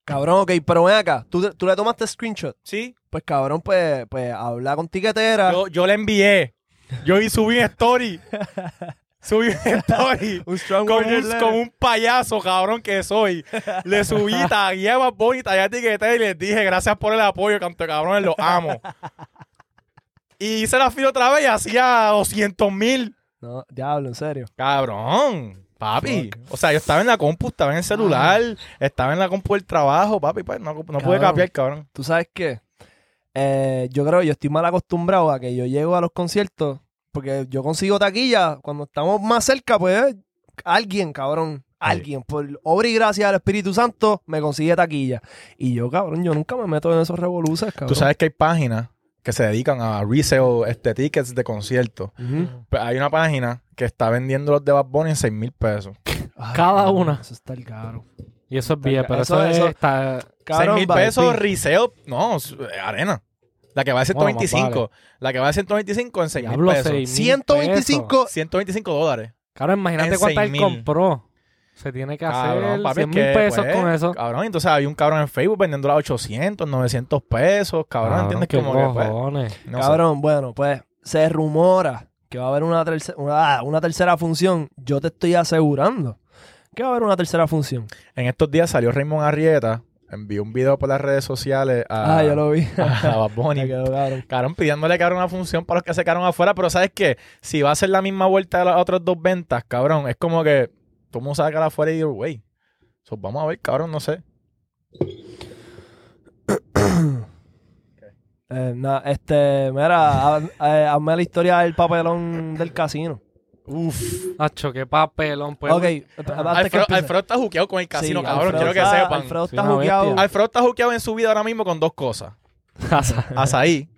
Speaker 1: Cabrón, ok, pero ven acá. ¿Tú, tú le tomaste screenshot.
Speaker 2: Sí,
Speaker 1: Pues cabrón, pues, pues habla con tiquetera.
Speaker 2: Yo, yo le envié. Yo y subí un story. Subí un *laughs* story.
Speaker 1: un strong
Speaker 2: Como
Speaker 1: warrior
Speaker 2: un,
Speaker 1: letter.
Speaker 2: como un payaso, cabrón que soy. Le subí, tagué a Bad Bunny, tagué a Tiquete y les dije gracias por el apoyo, canto de cabrones, los amo. Y hice la fila otra vez y hacía 200 mil.
Speaker 1: No, diablo, en serio.
Speaker 2: Cabrón, papi. O sea, yo estaba en la compu, estaba en el celular, estaba en la compu del trabajo, papi. Pues no, no pude
Speaker 1: Cabrón.
Speaker 2: capear, Ah. cabrón.
Speaker 1: ¿Tú sabes qué? Eh, yo creo, yo estoy mal acostumbrado a que yo llego a los conciertos, porque yo consigo taquilla, cuando estamos más cerca, pues alguien, cabrón, alguien, por obra y gracia del Espíritu Santo, me consigue taquilla. Y yo, cabrón, yo nunca me meto en esos revoluces, cabrón.
Speaker 2: Tú sabes que hay páginas que se dedican a resale este, tickets de conciertos.
Speaker 1: Ujú.
Speaker 2: Pues hay una página que está vendiendo los de Bad Bunny en 6 mil pesos.
Speaker 1: Ay,
Speaker 3: Cada
Speaker 1: cabrón,
Speaker 3: una.
Speaker 1: Eso está el caro.
Speaker 3: Y eso es bien, pero
Speaker 1: Eso-
Speaker 3: eso,
Speaker 1: eso-
Speaker 3: es, está...
Speaker 2: 6 mil
Speaker 1: va-
Speaker 2: pesos resale, no, s- eh, arena. La que va a 125.
Speaker 3: Bueno,
Speaker 2: La que va a 125 en 6 mil
Speaker 3: Diablo,
Speaker 2: pesos.
Speaker 3: 6.000 pesos.
Speaker 1: 125.
Speaker 2: 125 dólares.
Speaker 3: Claro, imagínate
Speaker 2: En
Speaker 3: cuánto él
Speaker 2: 6.000.
Speaker 3: compró. Se tiene que hacer
Speaker 2: Cabrón, papi, es
Speaker 3: 100 mil
Speaker 2: que,
Speaker 3: pesos
Speaker 2: pues,
Speaker 3: con eso.
Speaker 2: Cabrón, entonces había un cabrón en Facebook vendiéndola a 800, 900 pesos. Cabrón, ¿entiendes?
Speaker 3: qué
Speaker 2: Como que, pues,
Speaker 3: cojones.
Speaker 2: no sé.
Speaker 1: Cabrón, bueno, pues se rumora que va a haber una, terce- una, ah, una tercera función. Yo te estoy asegurando que va a haber una tercera función.
Speaker 2: En estos días salió Raymond Arrieta, envió un video por las redes sociales a,
Speaker 1: Ah, yo lo *laughs* vi.
Speaker 2: *laughs* a Bad
Speaker 1: Me
Speaker 2: Bunny.
Speaker 1: quedó cabrón.
Speaker 2: Cabrón, pidiéndole cabrón una función para los que se quedaron afuera, pero ¿sabes qué? Si va a ser la misma vuelta de las otras dos ventas, cabrón, es como que todo el mundo se va a quedar afuera y digo, güey, so, vamos a ver, cabrón, no sé.
Speaker 1: Eh, nada, este, mira, ha- eh, hazme la historia del papelón del casino.
Speaker 2: Uf.
Speaker 3: Hacho, qué papelón. Pues,
Speaker 1: ok, antes que
Speaker 2: Alfredo,
Speaker 1: empiece.
Speaker 2: Alfredo está juqueado con el casino,
Speaker 1: Sí,
Speaker 2: cabrón.
Speaker 1: Alfredo
Speaker 2: quiero que
Speaker 1: está-
Speaker 2: sepan. Alfredo...
Speaker 1: Alfredo
Speaker 3: Sí,
Speaker 1: está
Speaker 3: una bestia.
Speaker 1: jugueado.
Speaker 2: está juqueado en su vida ahora mismo con dos cosas: azaí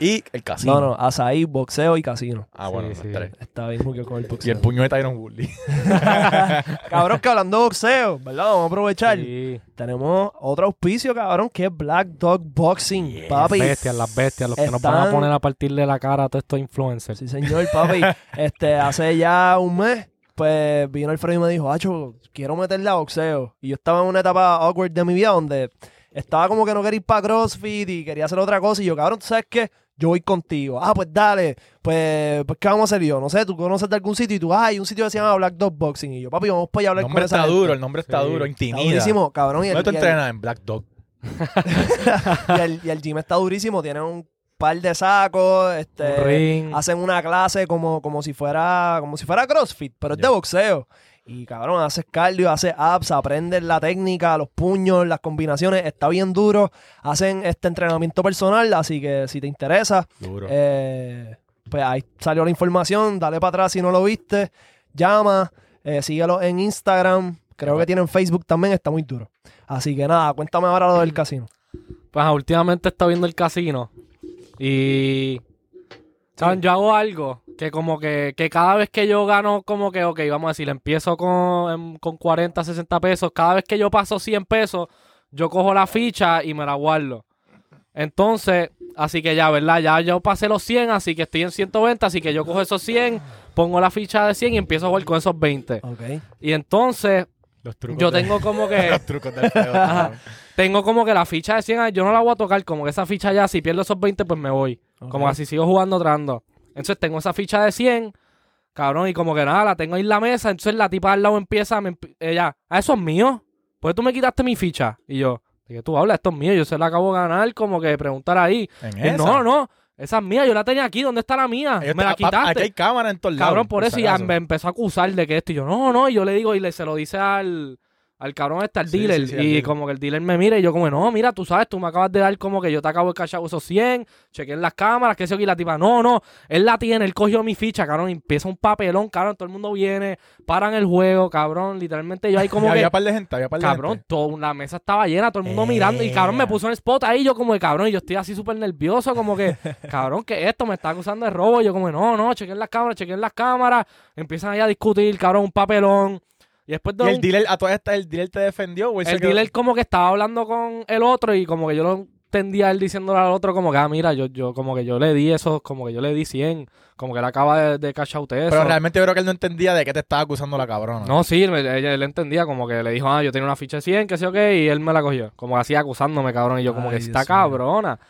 Speaker 2: y el casino.
Speaker 1: No, no, azaí, boxeo y casino.
Speaker 2: Ah, bueno,
Speaker 3: Sí, sí.
Speaker 2: tres.
Speaker 1: Está bien jugueado con el
Speaker 2: Y el
Speaker 1: boxeo.
Speaker 2: puño de Tyron Woodley.
Speaker 1: *laughs* Cabrón, que hablando de boxeo, ¿verdad? Vamos a aprovechar.
Speaker 3: Sí.
Speaker 1: Tenemos otro auspicio, cabrón, que es Black Dog Boxing, papi.
Speaker 3: Bestias, las bestias, los que nos van a
Speaker 1: Están-
Speaker 3: poner a partirle la cara a todos estos influencers.
Speaker 1: Sí, señor,
Speaker 2: *laughs*
Speaker 1: papi. este, hace ya un mes, pues vino Alfredo y me dijo, Acho, quiero meterle a boxeo. Y yo estaba en una etapa awkward de mi vida donde estaba como que no quería ir para CrossFit y quería hacer otra cosa. Y yo, cabrón, ¿tú sabes qué? Yo voy contigo. Ah, pues dale. Pues, pues ¿qué vamos a hacer Y yo? No sé, tú conoces de algún sitio y tú, ah, hay un sitio que se llama Black Dog Boxing. Y yo, papi, vamos para allá a
Speaker 2: El
Speaker 1: hablar con
Speaker 2: nombre
Speaker 1: esa
Speaker 2: está
Speaker 1: gente".
Speaker 2: duro, el nombre está
Speaker 3: Sí.
Speaker 2: duro,
Speaker 1: Está
Speaker 2: intimida.
Speaker 1: durísimo, cabrón. Y el,
Speaker 2: ¿Dónde tú
Speaker 1: y el-
Speaker 2: entrenas? En Black Dog.
Speaker 1: y el, y el gym está durísimo. Tienen un par de sacos, este,
Speaker 3: Un ring.
Speaker 1: hacen una clase como, como si fuera como si fuera CrossFit, pero es de
Speaker 2: Ya.
Speaker 1: boxeo. Y cabrón, haces cardio, haces abs, aprendes la técnica, los puños, las combinaciones, está bien duro. Hacen este entrenamiento personal, así que si te interesa,
Speaker 2: Duro.
Speaker 1: eh, pues ahí salió la información, dale para atrás si no lo viste, llama, eh, síguelo en Instagram, creo que tienen Facebook también, está muy duro. Así que nada, cuéntame ahora lo del casino.
Speaker 3: Pues últimamente está viendo el casino. Y. ¿Saben? Yo hago algo que, como que, que cada vez que yo gano, como que, ok, vamos a decir, empiezo con, em, con 40, 60 pesos. Cada vez que yo paso 100 pesos, yo cojo la ficha y me la guardo. Entonces, así que ya, ¿verdad? Ya yo pasé los 100, así que estoy en 120, así que yo cojo esos 100, pongo la ficha de 100 y empiezo a jugar con esos 20.
Speaker 1: Ok.
Speaker 3: Y entonces,
Speaker 2: los trucos
Speaker 3: yo
Speaker 2: de-
Speaker 3: tengo como
Speaker 2: *laughs*
Speaker 3: que.
Speaker 2: los trucos del feo, cabrón.
Speaker 3: Tengo como que la ficha de 100, ah, yo no la voy a tocar, como que esa ficha ya, si pierdo esos 20, pues me voy. Como
Speaker 1: Ok.
Speaker 3: así sigo jugando trando. Entonces tengo esa ficha de 100, cabrón, y como que nada, la tengo ahí en la mesa, entonces la tipa al lado empieza, me empi- ella, ah, eso es mío, pues tú me quitaste mi ficha. Y yo, ¿de qué tú hablas? Esto es mío, yo se la acabo de ganar, como que preguntar ahí.
Speaker 2: En
Speaker 3: Y,
Speaker 2: esa.
Speaker 3: Eh, no, no, esa es mía, yo la tenía aquí, ¿dónde está la mía?
Speaker 2: Ellos
Speaker 3: me la
Speaker 2: te- pa-
Speaker 3: quitaste.
Speaker 2: Aquí hay cámara en todos lados.
Speaker 3: Cabrón, por eso
Speaker 2: si
Speaker 3: y ya me empezó a acusar de que esto. Y yo, no, no. Y yo le digo, y le, se lo dice al, al cabrón este, al
Speaker 2: Sí,
Speaker 3: dealer.
Speaker 2: sí, sí,
Speaker 3: y
Speaker 2: al dealer.
Speaker 3: como que el dealer me mira y yo como, no, mira, tú sabes, tú me acabas de dar como que yo te acabo de cachar esos 100, chequeé en las cámaras, que sé yo, y la tipa, no, no, él la tiene, él cogió mi ficha, cabrón, y empieza un papelón, cabrón, todo el mundo viene, paran el juego, cabrón, literalmente
Speaker 2: *laughs*
Speaker 3: yo ahí como que...
Speaker 2: Había par de gente, había par de
Speaker 3: Cabrón,
Speaker 2: gente.
Speaker 3: toda la mesa estaba llena, todo el mundo mirando. Y cabrón, me
Speaker 2: Eh.
Speaker 3: puso en spot ahí. Yo, como de cabrón, y yo estoy así súper nervioso,
Speaker 2: *laughs*
Speaker 3: como que, cabrón, que esto me está acusando de robo. Y yo, como, no, no, chequen las cámaras, chequen las cámaras. Empiezan ahí a discutir, cabrón, un papelón. Y después de
Speaker 2: Y
Speaker 3: un-
Speaker 2: el dealer, a todas estas, el dealer te defendió, güey.
Speaker 3: el dealer como que estaba hablando con el otro y como que yo lo entendía él diciéndole al otro como que, ah, mira, yo, yo como que yo le di eso, como que yo le di 100, como que él acaba de, de cash out eso.
Speaker 2: Pero realmente yo creo que él no entendía de qué te estaba acusando la cabrona.
Speaker 3: No, sí, me- ella- él, entendía como que le dijo, ah, yo tenía una ficha de 100, que sé yo qué, y él me la cogió. Como así acusándome, cabrón. Y yo, como
Speaker 1: Ay,
Speaker 3: que
Speaker 1: Dios
Speaker 3: está
Speaker 1: mío.
Speaker 3: cabrona.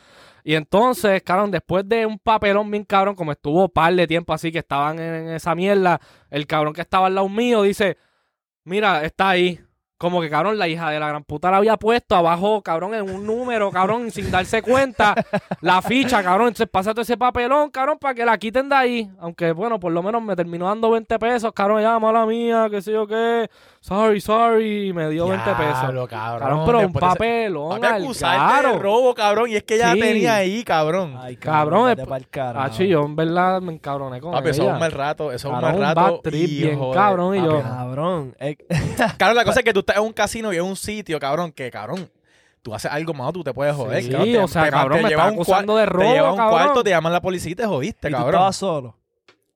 Speaker 3: Y entonces, cabrón, después de un papelón bien cabrón, como estuvo par de tiempo así que estaban en, en esa mierda, el cabrón que estaba al lado mío dice, mira, está ahí. Como que, cabrón, la hija de la gran puta la había puesto abajo, cabrón, en un número, cabrón, *laughs* sin darse cuenta, la ficha, cabrón. Entonces pasa todo ese papelón, cabrón, para que la quiten de ahí. Aunque, bueno, por lo menos me terminó dando 20 pesos, cabrón, ya, mala mía, qué sé yo qué. Sorry, sorry, y me dio 20 pesos.
Speaker 2: Cabrón,
Speaker 3: Cabrón, pero un
Speaker 2: después de ese-
Speaker 3: papelón,
Speaker 2: Papi,
Speaker 3: al
Speaker 2: acusarte de
Speaker 3: caro.
Speaker 2: robo, cabrón. Y es que ya
Speaker 3: Sí.
Speaker 2: la tenía ahí, cabrón.
Speaker 1: Ay,
Speaker 3: Cabrón,
Speaker 1: vete
Speaker 3: es-
Speaker 1: pa'l carajo.
Speaker 3: Ah, sí, yo en verdad me encabroné con
Speaker 2: Papi, eso es
Speaker 3: ella.
Speaker 2: un mal rato, eso es un
Speaker 3: Cabrón,
Speaker 2: mal
Speaker 3: un
Speaker 2: rato.
Speaker 3: bad trip
Speaker 2: y,
Speaker 3: bien
Speaker 2: joder,
Speaker 3: cabrón, y
Speaker 2: papi,
Speaker 3: yo-
Speaker 2: nada.
Speaker 1: Cabrón, eh,
Speaker 2: Cabrón, la cosa es que tú estás en un casino y en un sitio, cabrón, que cabrón, tú haces algo malo, tú te puedes joder,
Speaker 3: Sí,
Speaker 2: cabrón. Te-
Speaker 3: o sea,
Speaker 2: te-
Speaker 3: cabrón,
Speaker 2: te
Speaker 3: me
Speaker 2: llevan
Speaker 3: estás
Speaker 2: un cuar-
Speaker 3: acusando de robo,
Speaker 2: Te llevan un
Speaker 3: cabrón.
Speaker 2: cuarto, te llaman la policía y te jodiste,
Speaker 1: y tú
Speaker 2: cabrón.
Speaker 1: estabas solo.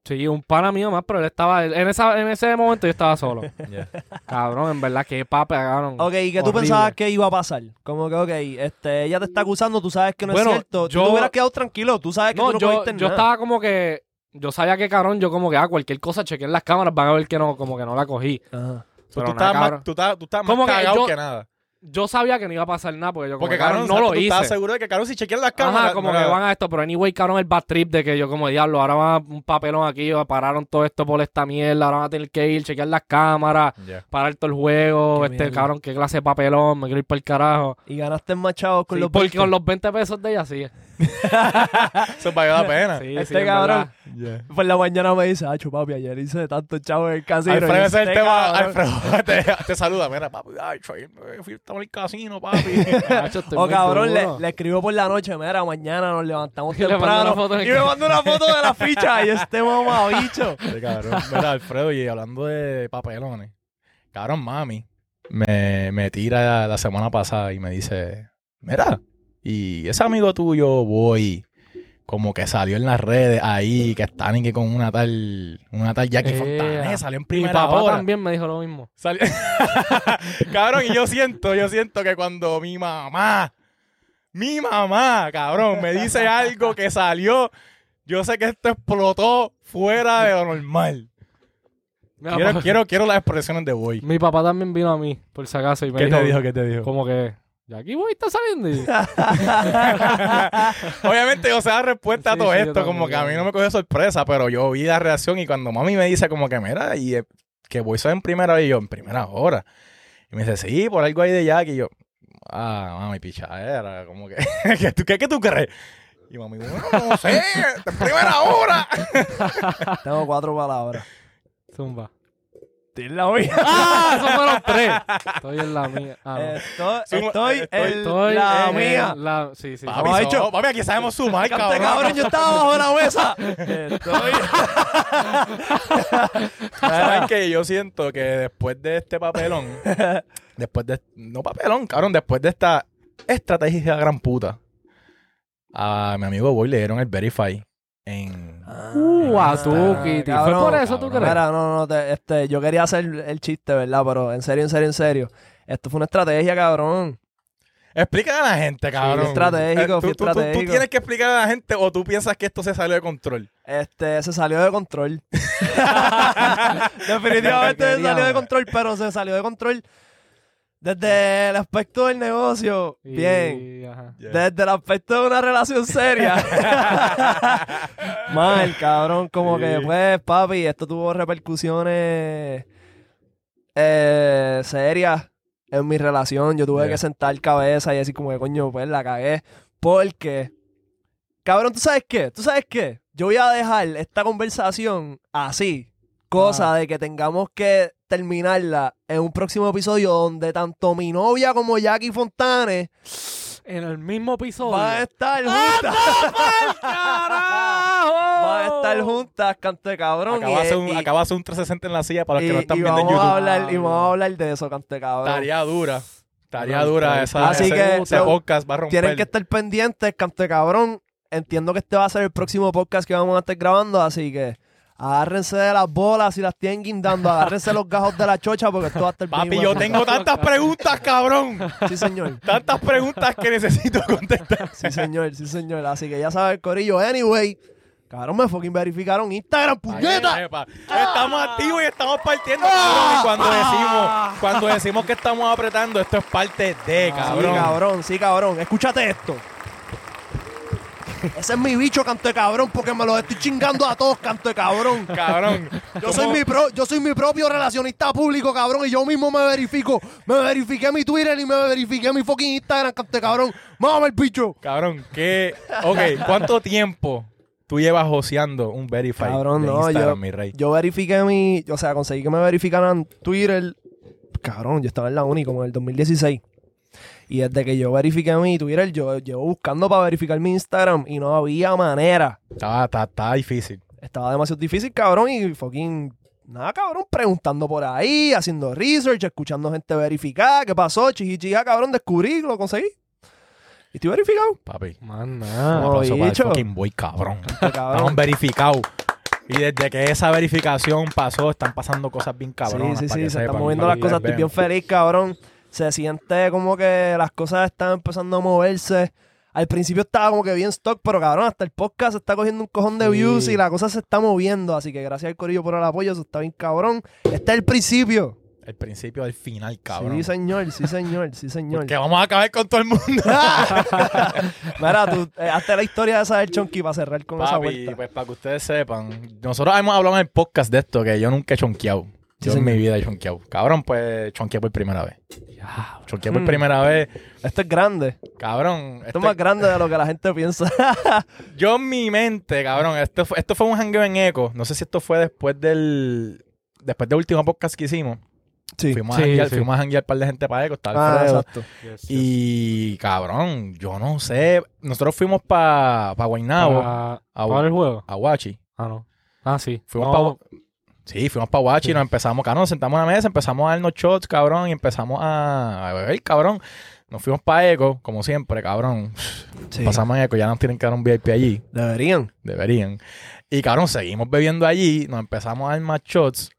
Speaker 3: Sí, un pana mío más, pero él estaba, en, esa, en ese momento yo estaba
Speaker 2: *laughs*
Speaker 3: solo.
Speaker 2: Yeah.
Speaker 3: cabrón, en verdad, qué papa, cabrón.
Speaker 1: Ok, ¿y qué tú
Speaker 3: Horrible.
Speaker 1: pensabas que iba a pasar? Como que, ok, este, ella te está acusando, tú sabes que no
Speaker 3: Bueno,
Speaker 1: es cierto.
Speaker 3: yo-
Speaker 1: Tú te hubieras quedado tranquilo, tú sabes que
Speaker 3: No,
Speaker 1: tú no
Speaker 3: yo,
Speaker 1: cogiste
Speaker 3: yo
Speaker 1: nada.
Speaker 3: estaba como que, yo sabía que cabrón, yo como que, ah, cualquier cosa, chequeé en las cámaras, van a ver que no, como que no la cogí.
Speaker 1: Ajá.
Speaker 2: Tú,
Speaker 3: Pero nada,
Speaker 2: estabas más,
Speaker 3: cabrón.
Speaker 2: tú, estabas, tú estabas más
Speaker 3: Como que
Speaker 2: cagado
Speaker 3: yo-
Speaker 2: que nada.
Speaker 3: Yo sabía que no iba a pasar nada, porque yo como,
Speaker 2: Porque,
Speaker 3: que, cabrón,
Speaker 2: cabrón,
Speaker 3: no
Speaker 2: exacto,
Speaker 3: lo
Speaker 2: tú estabas
Speaker 3: hice.
Speaker 2: seguro de que, cabrón, si chequean las cámaras.
Speaker 3: Ajá, como
Speaker 2: no
Speaker 3: que
Speaker 2: era-
Speaker 3: van a esto, pero anyway, cabrón, el bad trip de que yo como diablo, ahora va un papelón aquí, yo, pararon todo esto por esta mierda, ahora van a tener que ir, chequear las cámaras,
Speaker 2: Yeah.
Speaker 3: parar todo el juego,
Speaker 1: Qué
Speaker 3: este
Speaker 1: mierda.
Speaker 3: cabrón, qué clase de papelón, me quiero ir para el carajo.
Speaker 1: Y ganaste machados con
Speaker 3: Sí,
Speaker 1: los
Speaker 3: porque
Speaker 1: Bills.
Speaker 3: con los 20 pesos de ella sí.
Speaker 1: *laughs*
Speaker 2: Eso valió la pena.
Speaker 3: *laughs* Sí,
Speaker 1: este
Speaker 3: sí, en
Speaker 1: cabrón.
Speaker 3: verdad.
Speaker 2: Yeah.
Speaker 1: Por la mañana me dice, ah, papi, ayer hice tanto chavo en el casino. Y
Speaker 2: Alfredo, ese es el
Speaker 1: este
Speaker 2: tema.
Speaker 1: cabrón-
Speaker 2: Alfredo, *laughs* te, te saluda. Mira, papi, ay, Troy, me fui, estaba en el casino, papi.
Speaker 3: *laughs* Nacho, estoy
Speaker 1: O
Speaker 3: muy
Speaker 1: Oh, cabrón, le,
Speaker 3: duro.
Speaker 1: le escribo por la noche, mira, mañana nos levantamos
Speaker 3: Y *laughs* le mando una
Speaker 1: temprano.
Speaker 3: foto en el
Speaker 1: y me mandó una foto de la ficha y este
Speaker 3: *laughs*
Speaker 1: mamabicho.
Speaker 2: Sí, cabrón. Mira, Alfredo, y hablando de papelones, cabrón, mami, me, me tira la semana pasada y me dice, mira, y ese amigo tuyo, voy, como que salió en las redes ahí, que están y que con una tal, una tal Jackie
Speaker 3: Ea.
Speaker 2: Fontanes, salió en
Speaker 3: Mi
Speaker 2: primera
Speaker 3: Eh, papá
Speaker 2: hora.
Speaker 3: también me dijo lo mismo.
Speaker 2: Salió- *laughs* cabrón, y yo siento, yo siento que cuando mi mamá, mi mamá, cabrón, me dice algo que salió, yo sé que esto explotó fuera de lo normal.
Speaker 3: Mi
Speaker 2: Quiero,
Speaker 3: papá,
Speaker 2: quiero, quiero las expresiones de
Speaker 3: *laughs*
Speaker 2: Boy.
Speaker 3: mi papá también vino a mí, por si acaso, y me
Speaker 2: ¿Qué te dijo? ¿Qué te dijo?
Speaker 3: como que, ¿y aquí voy está
Speaker 1: *laughs*
Speaker 3: saliendo? Y-
Speaker 2: Obviamente yo sé la respuesta a
Speaker 3: Sí,
Speaker 2: todo
Speaker 3: sí, yo
Speaker 2: esto, como
Speaker 3: también,
Speaker 2: que a mí
Speaker 3: yo
Speaker 2: no me cogió sorpresa, pero yo vi la reacción y cuando mami me dice como que, mira, y eh, que voy soy en primera hora, y yo, en primera hora. Y me dice, sí, por algo ahí de Jack, y yo, ah, mami, pichadera, como que, *laughs* ¿qué, tú, qué, qué tú crees? Y mami, bueno, no sé, en primera hora.
Speaker 1: Tengo cuatro palabras.
Speaker 3: Zumba.
Speaker 1: Tienes la mía.
Speaker 3: ¡Ah! Esos fueron tres. Estoy en la mía. Ah, no.
Speaker 1: Estoy,
Speaker 2: Suma-
Speaker 1: estoy,
Speaker 2: estoy-
Speaker 1: en
Speaker 3: Estoy
Speaker 1: Eh, la
Speaker 3: en
Speaker 1: mía.
Speaker 3: la- sí, sí.
Speaker 2: Papi,
Speaker 1: ha
Speaker 2: so-
Speaker 1: hecho?
Speaker 2: papi, aquí sabemos
Speaker 3: *laughs*
Speaker 2: sumar,
Speaker 1: Cante, Este cabrón.
Speaker 2: cabrón.
Speaker 1: yo estaba bajo la mesa. Estoy. *laughs*
Speaker 2: ¿Saben que Yo siento que después de este papelón, después de. No papelón, cabrón, después de esta estrategia gran puta, a mi amigo Boy le dieron el Verify en.
Speaker 3: Uh, a tú,
Speaker 1: Ah,
Speaker 3: Kitty. ¿Fue
Speaker 1: cabrón,
Speaker 3: por eso tú
Speaker 2: cabrón.
Speaker 3: crees?
Speaker 1: Mira, no, no, te- este, yo quería hacer el chiste, ¿verdad? Pero en serio, en serio, en serio. Esto fue una estrategia, cabrón.
Speaker 2: Explícale a la gente, cabrón.
Speaker 1: fui estratégico,
Speaker 2: Eh, tú-
Speaker 1: fui
Speaker 2: tú, tú- tú
Speaker 1: estratégico.
Speaker 2: tienes que explicar a la gente o tú piensas que esto se salió de control.
Speaker 1: Este, se salió de *laughs* control. Definitivamente se
Speaker 3: Porquería,
Speaker 1: salió de
Speaker 3: hombre.
Speaker 1: control, pero se salió de control desde el aspecto del negocio.
Speaker 3: Y-
Speaker 1: Bien.
Speaker 3: ajá.
Speaker 2: *laughs*
Speaker 1: Desde el aspecto de una relación seria. *laughs* Mal, cabrón. Como
Speaker 2: Sí.
Speaker 1: que, pues, papi, esto tuvo repercusiones eh, serias en mi relación. Yo tuve
Speaker 2: Yeah.
Speaker 1: que sentar cabeza y decir, como que, coño, pues, la cagué. Porque, cabrón, ¿tú sabes qué? ¿Tú sabes qué? Yo voy a dejar esta conversación así. Cosa de que tengamos que terminarla en un próximo episodio donde tanto mi novia como Jackie Fontane
Speaker 3: En el mismo episodio.
Speaker 1: Van a estar juntas.
Speaker 3: ¡Carajo!
Speaker 1: Van a estar juntas, cante cabrón.
Speaker 2: Acaba de
Speaker 1: y-
Speaker 2: hacer un,
Speaker 1: y-
Speaker 2: acaba de hacer un 360 en la silla para los que
Speaker 1: y-
Speaker 2: no están
Speaker 1: y
Speaker 2: viendo en
Speaker 1: vamos a
Speaker 2: YouTube.
Speaker 1: hablar- y vamos a hablar de eso, cante cabrón.
Speaker 2: Tarea dura. Tarea
Speaker 3: Ay,
Speaker 2: dura
Speaker 3: ay,
Speaker 2: esa,
Speaker 1: así
Speaker 2: ese,
Speaker 1: que-
Speaker 2: ese podcast va a romper.
Speaker 1: Tienen que estar pendientes, cante cabrón. Entiendo que este va a ser el próximo podcast que vamos a estar grabando, así que agárrense de las bolas si las tienen guindando, agárrense los gajos de la chocha porque esto va a estar bien
Speaker 2: Papi,
Speaker 1: hijo de
Speaker 2: yo
Speaker 1: puta.
Speaker 2: tengo tantas
Speaker 1: *laughs*
Speaker 2: preguntas, cabrón.
Speaker 1: Sí, señor.
Speaker 2: Tantas preguntas que necesito contestar.
Speaker 1: Sí, señor, sí, señor. Así que ya sabes, Corillo. Anyway, cabrón, me fucking verificaron Instagram, puñeta.
Speaker 2: Sepa, Estamos activos y estamos partiendo,
Speaker 1: Ah.
Speaker 2: cabrón. Y cuando decimos, cuando decimos que estamos apretando, esto es parte de, cabrón.
Speaker 1: Sí, cabrón, sí, cabrón. Escúchate esto. Ese es mi bicho, canto de cabrón, porque me los estoy chingando a todos, canto de cabrón.
Speaker 2: Cabrón.
Speaker 1: Yo soy, mi pro- yo soy mi propio relacionista público, cabrón, y yo mismo me verifico. Me verifiqué mi Twitter y me verifiqué mi fucking Instagram, canto de cabrón. Mama el bicho.
Speaker 2: Cabrón, ¿qué? Ok, ¿cuánto tiempo tú llevas joseando un verify
Speaker 1: Cabrón,
Speaker 2: de
Speaker 1: no,
Speaker 2: Instagram,
Speaker 1: yo-
Speaker 2: mi rey?
Speaker 1: Yo verifiqué mi. O sea, conseguí que me verificaran Twitter. Cabrón, yo estaba en la uni como en el 2016. Y desde que yo verifiqué mi Twitter, yo llevo buscando para verificar mi Instagram y no había manera.
Speaker 2: Estaba, está, está difícil.
Speaker 1: estaba demasiado difícil, cabrón, y fucking. Nada, cabrón, preguntando por ahí, haciendo research, escuchando gente verificada, ¿qué pasó? Chijichija, cabrón, descubrí, lo conseguí. Y estoy
Speaker 2: *laughs*
Speaker 1: verificado.
Speaker 2: Papi,
Speaker 3: Man,
Speaker 2: un
Speaker 3: nada.
Speaker 1: No,
Speaker 2: aplauso para el
Speaker 1: Ah, bicho.
Speaker 2: fucking boy, cabrón. Estamos
Speaker 1: pues, Cabrón.
Speaker 2: verificados. Y desde que esa verificación pasó, están pasando cosas bien cabronas.
Speaker 1: sí, sí,
Speaker 2: para
Speaker 1: sí,
Speaker 2: que
Speaker 1: se
Speaker 2: sepan,
Speaker 1: están moviendo
Speaker 2: para
Speaker 1: las
Speaker 2: que
Speaker 1: cosas, estoy
Speaker 2: vean.
Speaker 1: bien feliz, cabrón. Se siente como que las cosas están empezando a moverse. Al principio estaba como que bien stock, pero cabrón, hasta el podcast está cogiendo un cojón de
Speaker 3: Sí.
Speaker 1: views y la cosa se está moviendo. Así que gracias al Corillo por el apoyo, eso está bien, cabrón. Está el principio.
Speaker 2: El principio del final, cabrón.
Speaker 1: Sí, señor, sí, señor, sí, señor.
Speaker 2: Porque vamos a acabar con todo el mundo.
Speaker 1: *laughs* Mira, tú, eh, hazte la historia de esa del Chonky para cerrar *laughs* con esa
Speaker 2: Papi,
Speaker 1: vuelta.
Speaker 2: pues para que ustedes sepan, nosotros hemos hablado en el podcast de esto que yo nunca he chonqueado.
Speaker 1: Sí,
Speaker 2: yo en
Speaker 1: señor.
Speaker 2: mi vida he chonqueado. Cabrón, pues chonqueé por primera vez.
Speaker 3: Ya,
Speaker 2: Choqueé por
Speaker 1: Mm.
Speaker 2: primera vez.
Speaker 1: Esto es grande.
Speaker 2: Cabrón.
Speaker 1: Esto
Speaker 2: este-
Speaker 1: es más grande de lo que la gente piensa.
Speaker 2: Yo en mi mente, cabrón, esto fue, esto fue un hangueo en eco. No sé si esto fue después del. Después del último podcast que hicimos.
Speaker 1: sí.
Speaker 2: Fuimos
Speaker 3: Sí,
Speaker 2: a hanguear,
Speaker 3: sí.
Speaker 2: fuimos a hanguear un par de gente para eco. Estaba
Speaker 1: *laughs* Ah,
Speaker 2: Alfredo.
Speaker 1: exacto.
Speaker 2: Y cabrón, yo no sé. Nosotros fuimos para pa Guaynabo,
Speaker 1: Ah,
Speaker 3: Para-
Speaker 2: a,
Speaker 3: para ver el juego?
Speaker 2: a Huachi.
Speaker 3: Ah, no. Ah, sí.
Speaker 2: Fuimos
Speaker 3: No,
Speaker 2: pa- Sí, fuimos para Huachi,
Speaker 3: Sí.
Speaker 2: nos empezamos, cabrón, nos sentamos en la mesa, empezamos a darnos shots, cabrón, y empezamos a, a beber, cabrón. Nos fuimos para Eco, como siempre, cabrón.
Speaker 1: Sí.
Speaker 2: Pasamos en Eco, ya nos tienen que dar un VIP allí.
Speaker 1: Deberían.
Speaker 2: Deberían. Y cabrón, seguimos bebiendo allí, nos empezamos a dar más shots.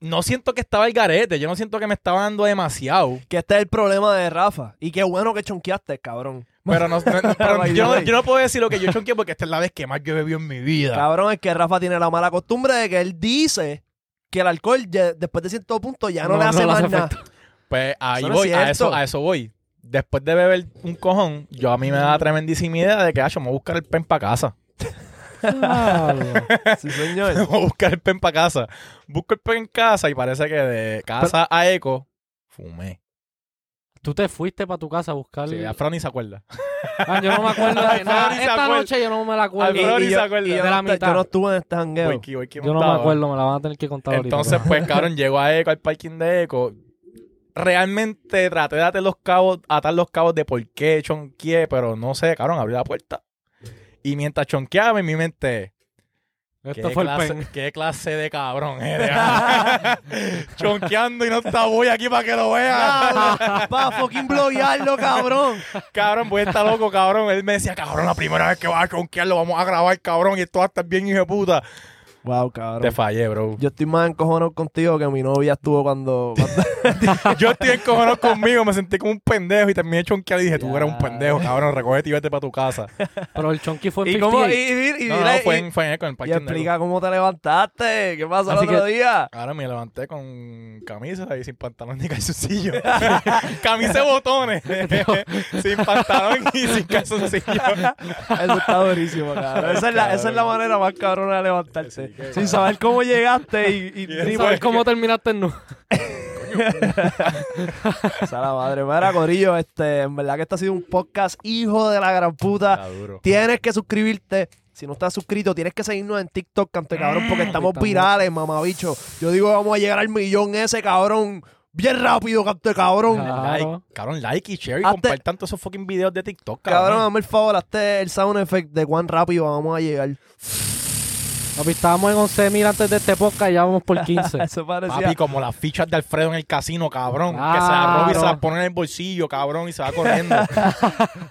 Speaker 2: No siento que estaba el garete, yo no siento que me estaba dando demasiado.
Speaker 1: Que este es el problema de Rafa. Y qué bueno que chonqueaste, cabrón. *laughs*
Speaker 2: Pero, no, no- no- pero
Speaker 1: By the
Speaker 2: yo, no,
Speaker 1: way.
Speaker 2: yo no puedo decir lo que yo chonqué porque esta es la vez que más yo he bebido en mi vida.
Speaker 1: Cabrón, es que Rafa tiene la mala costumbre de que él dice que el alcohol ya- después de cierto punto ya no,
Speaker 3: No,
Speaker 1: le hace
Speaker 3: no le
Speaker 1: más
Speaker 3: hace
Speaker 1: nada. *laughs*
Speaker 3: efecto.
Speaker 2: Pues ahí
Speaker 1: Eso no es
Speaker 2: voy, a
Speaker 1: cierto.
Speaker 2: eso, a eso voy. Después de beber un cojón, yo a mí me da tremendísima idea de que, ah, yo me voy a buscar el pen para casa. *laughs*
Speaker 1: *laughs* Sí, señor.
Speaker 2: Me voy a buscar el pen para casa. Busco el pen en casa y parece que de casa a eco, fumé.
Speaker 3: Tú te fuiste para tu casa a buscar.
Speaker 2: Sí, Alfredo ni se acuerda.
Speaker 3: Ah, yo no me
Speaker 1: *laughs*
Speaker 3: acuerdo de
Speaker 2: Alfredo
Speaker 3: nada.
Speaker 2: ni se
Speaker 3: Esta
Speaker 2: acuerda.
Speaker 3: noche yo no me la acuerdo.
Speaker 1: Y-
Speaker 2: Alfredo ni
Speaker 1: y
Speaker 2: se
Speaker 1: yo-
Speaker 2: acuerda.
Speaker 1: y yo
Speaker 3: De la
Speaker 1: no te-
Speaker 3: mitad.
Speaker 1: Yo no estuve en este jangueo. *laughs*
Speaker 2: Wiki, wiki,
Speaker 3: Yo no me
Speaker 2: montado.
Speaker 3: acuerdo, me la van a tener que contar ahorita.
Speaker 2: Entonces,
Speaker 3: pero-
Speaker 2: pues, cabrón, llego a Eco, al parking de Eco. Realmente traté de atar los cabos, atar los cabos de por qué chonqueé, pero no sé, cabrón, abrí la puerta. Y mientras chonqueaba en mi mente,
Speaker 3: Esto
Speaker 2: ¿qué,
Speaker 3: fue el
Speaker 2: clase,
Speaker 3: pen.
Speaker 2: qué clase de
Speaker 1: *laughs*
Speaker 2: cabrón eres? ah? Chonqueando y no está voy aquí para que lo
Speaker 1: *laughs*
Speaker 2: veas.
Speaker 1: para fucking bloguearlo, cabrón.
Speaker 2: Cabrón, voy a estar loco, cabrón. Él me decía, cabrón, la primera vez que vas a chonquear lo vamos a grabar, cabrón, y esto va a estar bien, hijo de puta.
Speaker 1: Wow,
Speaker 2: Te
Speaker 1: cabrón.
Speaker 2: fallé, bro.
Speaker 1: Yo estoy más encojonado contigo que mi novia estuvo cuando. cuando-
Speaker 2: Yo estoy encojonado conmigo, me sentí como un pendejo y terminé chonqueado y dije, tú
Speaker 1: Ya.
Speaker 2: eres un pendejo, cabrón, recógete y vete para tu casa.
Speaker 3: Pero el chonky fue
Speaker 1: *laughs*
Speaker 3: en
Speaker 1: y cómo. Y,
Speaker 3: 58.
Speaker 1: *laughs* y- y-
Speaker 2: No, no,
Speaker 1: dile-
Speaker 2: fue
Speaker 1: y-
Speaker 2: en, fue en Eco, en el
Speaker 1: y
Speaker 2: parking de Eco.
Speaker 1: explica cómo te levantaste. ¿Qué pasó el
Speaker 3: Así
Speaker 1: otro día?
Speaker 2: Ahora me levanté con camisa y sin pantalón ni calzoncillo. *laughs* camisa
Speaker 1: *laughs*
Speaker 2: de botones. *laughs* sin pantalón y sin calzoncillo.
Speaker 1: Eso está *laughs* durísimo, cabrón. Esa es la, esa es la
Speaker 2: Cabrón.
Speaker 1: manera más cabrona de levantarse.
Speaker 2: Sí, que-
Speaker 1: Sin saber cómo llegaste y. *laughs* y-
Speaker 2: Yes.
Speaker 1: ni-
Speaker 3: Sin saber cómo terminaste en nu.
Speaker 1: *laughs* O sea, la madre. Mira, Corillo, este, en verdad que este ha sido un podcast hijo de la gran puta.
Speaker 2: *laughs*
Speaker 1: Tienes que suscribirte. Si no estás suscrito, tienes que seguirnos en TikTok, canto de cabrón, porque estamos
Speaker 3: estamos.
Speaker 1: virales, mamabicho. Yo digo, vamos a llegar al millón ese, cabrón. Bien rápido, canto de cabrón.
Speaker 3: Ah.
Speaker 2: Like, cabrón, like y share y
Speaker 1: Hazte-
Speaker 2: compartan todos esos fucking videos de TikTok,
Speaker 1: Cabrón,
Speaker 2: cabrón.
Speaker 1: dame el favor, hazte el sound effect de cuán rápido vamos a llegar.
Speaker 3: Papi, estábamos en 11.000 antes de este podcast y ya vamos por
Speaker 1: *laughs*
Speaker 3: 15.
Speaker 1: Eso parecía.
Speaker 2: Papi, como las fichas de Alfredo en el casino, cabrón. Que se
Speaker 3: Claro.
Speaker 2: las roba y se las pone en el bolsillo, cabrón, y se va corriendo.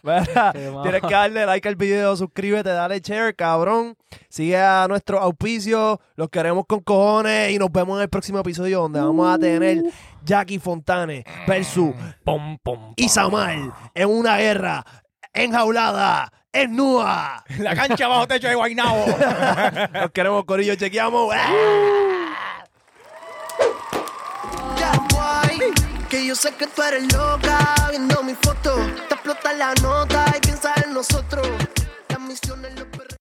Speaker 1: Mira,
Speaker 3: Qué mal.
Speaker 1: tienes que darle like al video, suscríbete, dale share, cabrón. Sigue a nuestro auspicio, los queremos con cojones y nos vemos en el próximo episodio donde vamos a tener Jackie Fontane versus
Speaker 3: Pom, pom,
Speaker 1: Isamal en una guerra enjaulada, en nua.
Speaker 2: la cancha bajo techo de Guaynabo.
Speaker 1: Los queremos, Corillo, chequeamos.
Speaker 4: Ya, guay, que yo sé que tú eres loca viendo mi foto. Te explota la nota y piensa en nosotros. Las misiones, los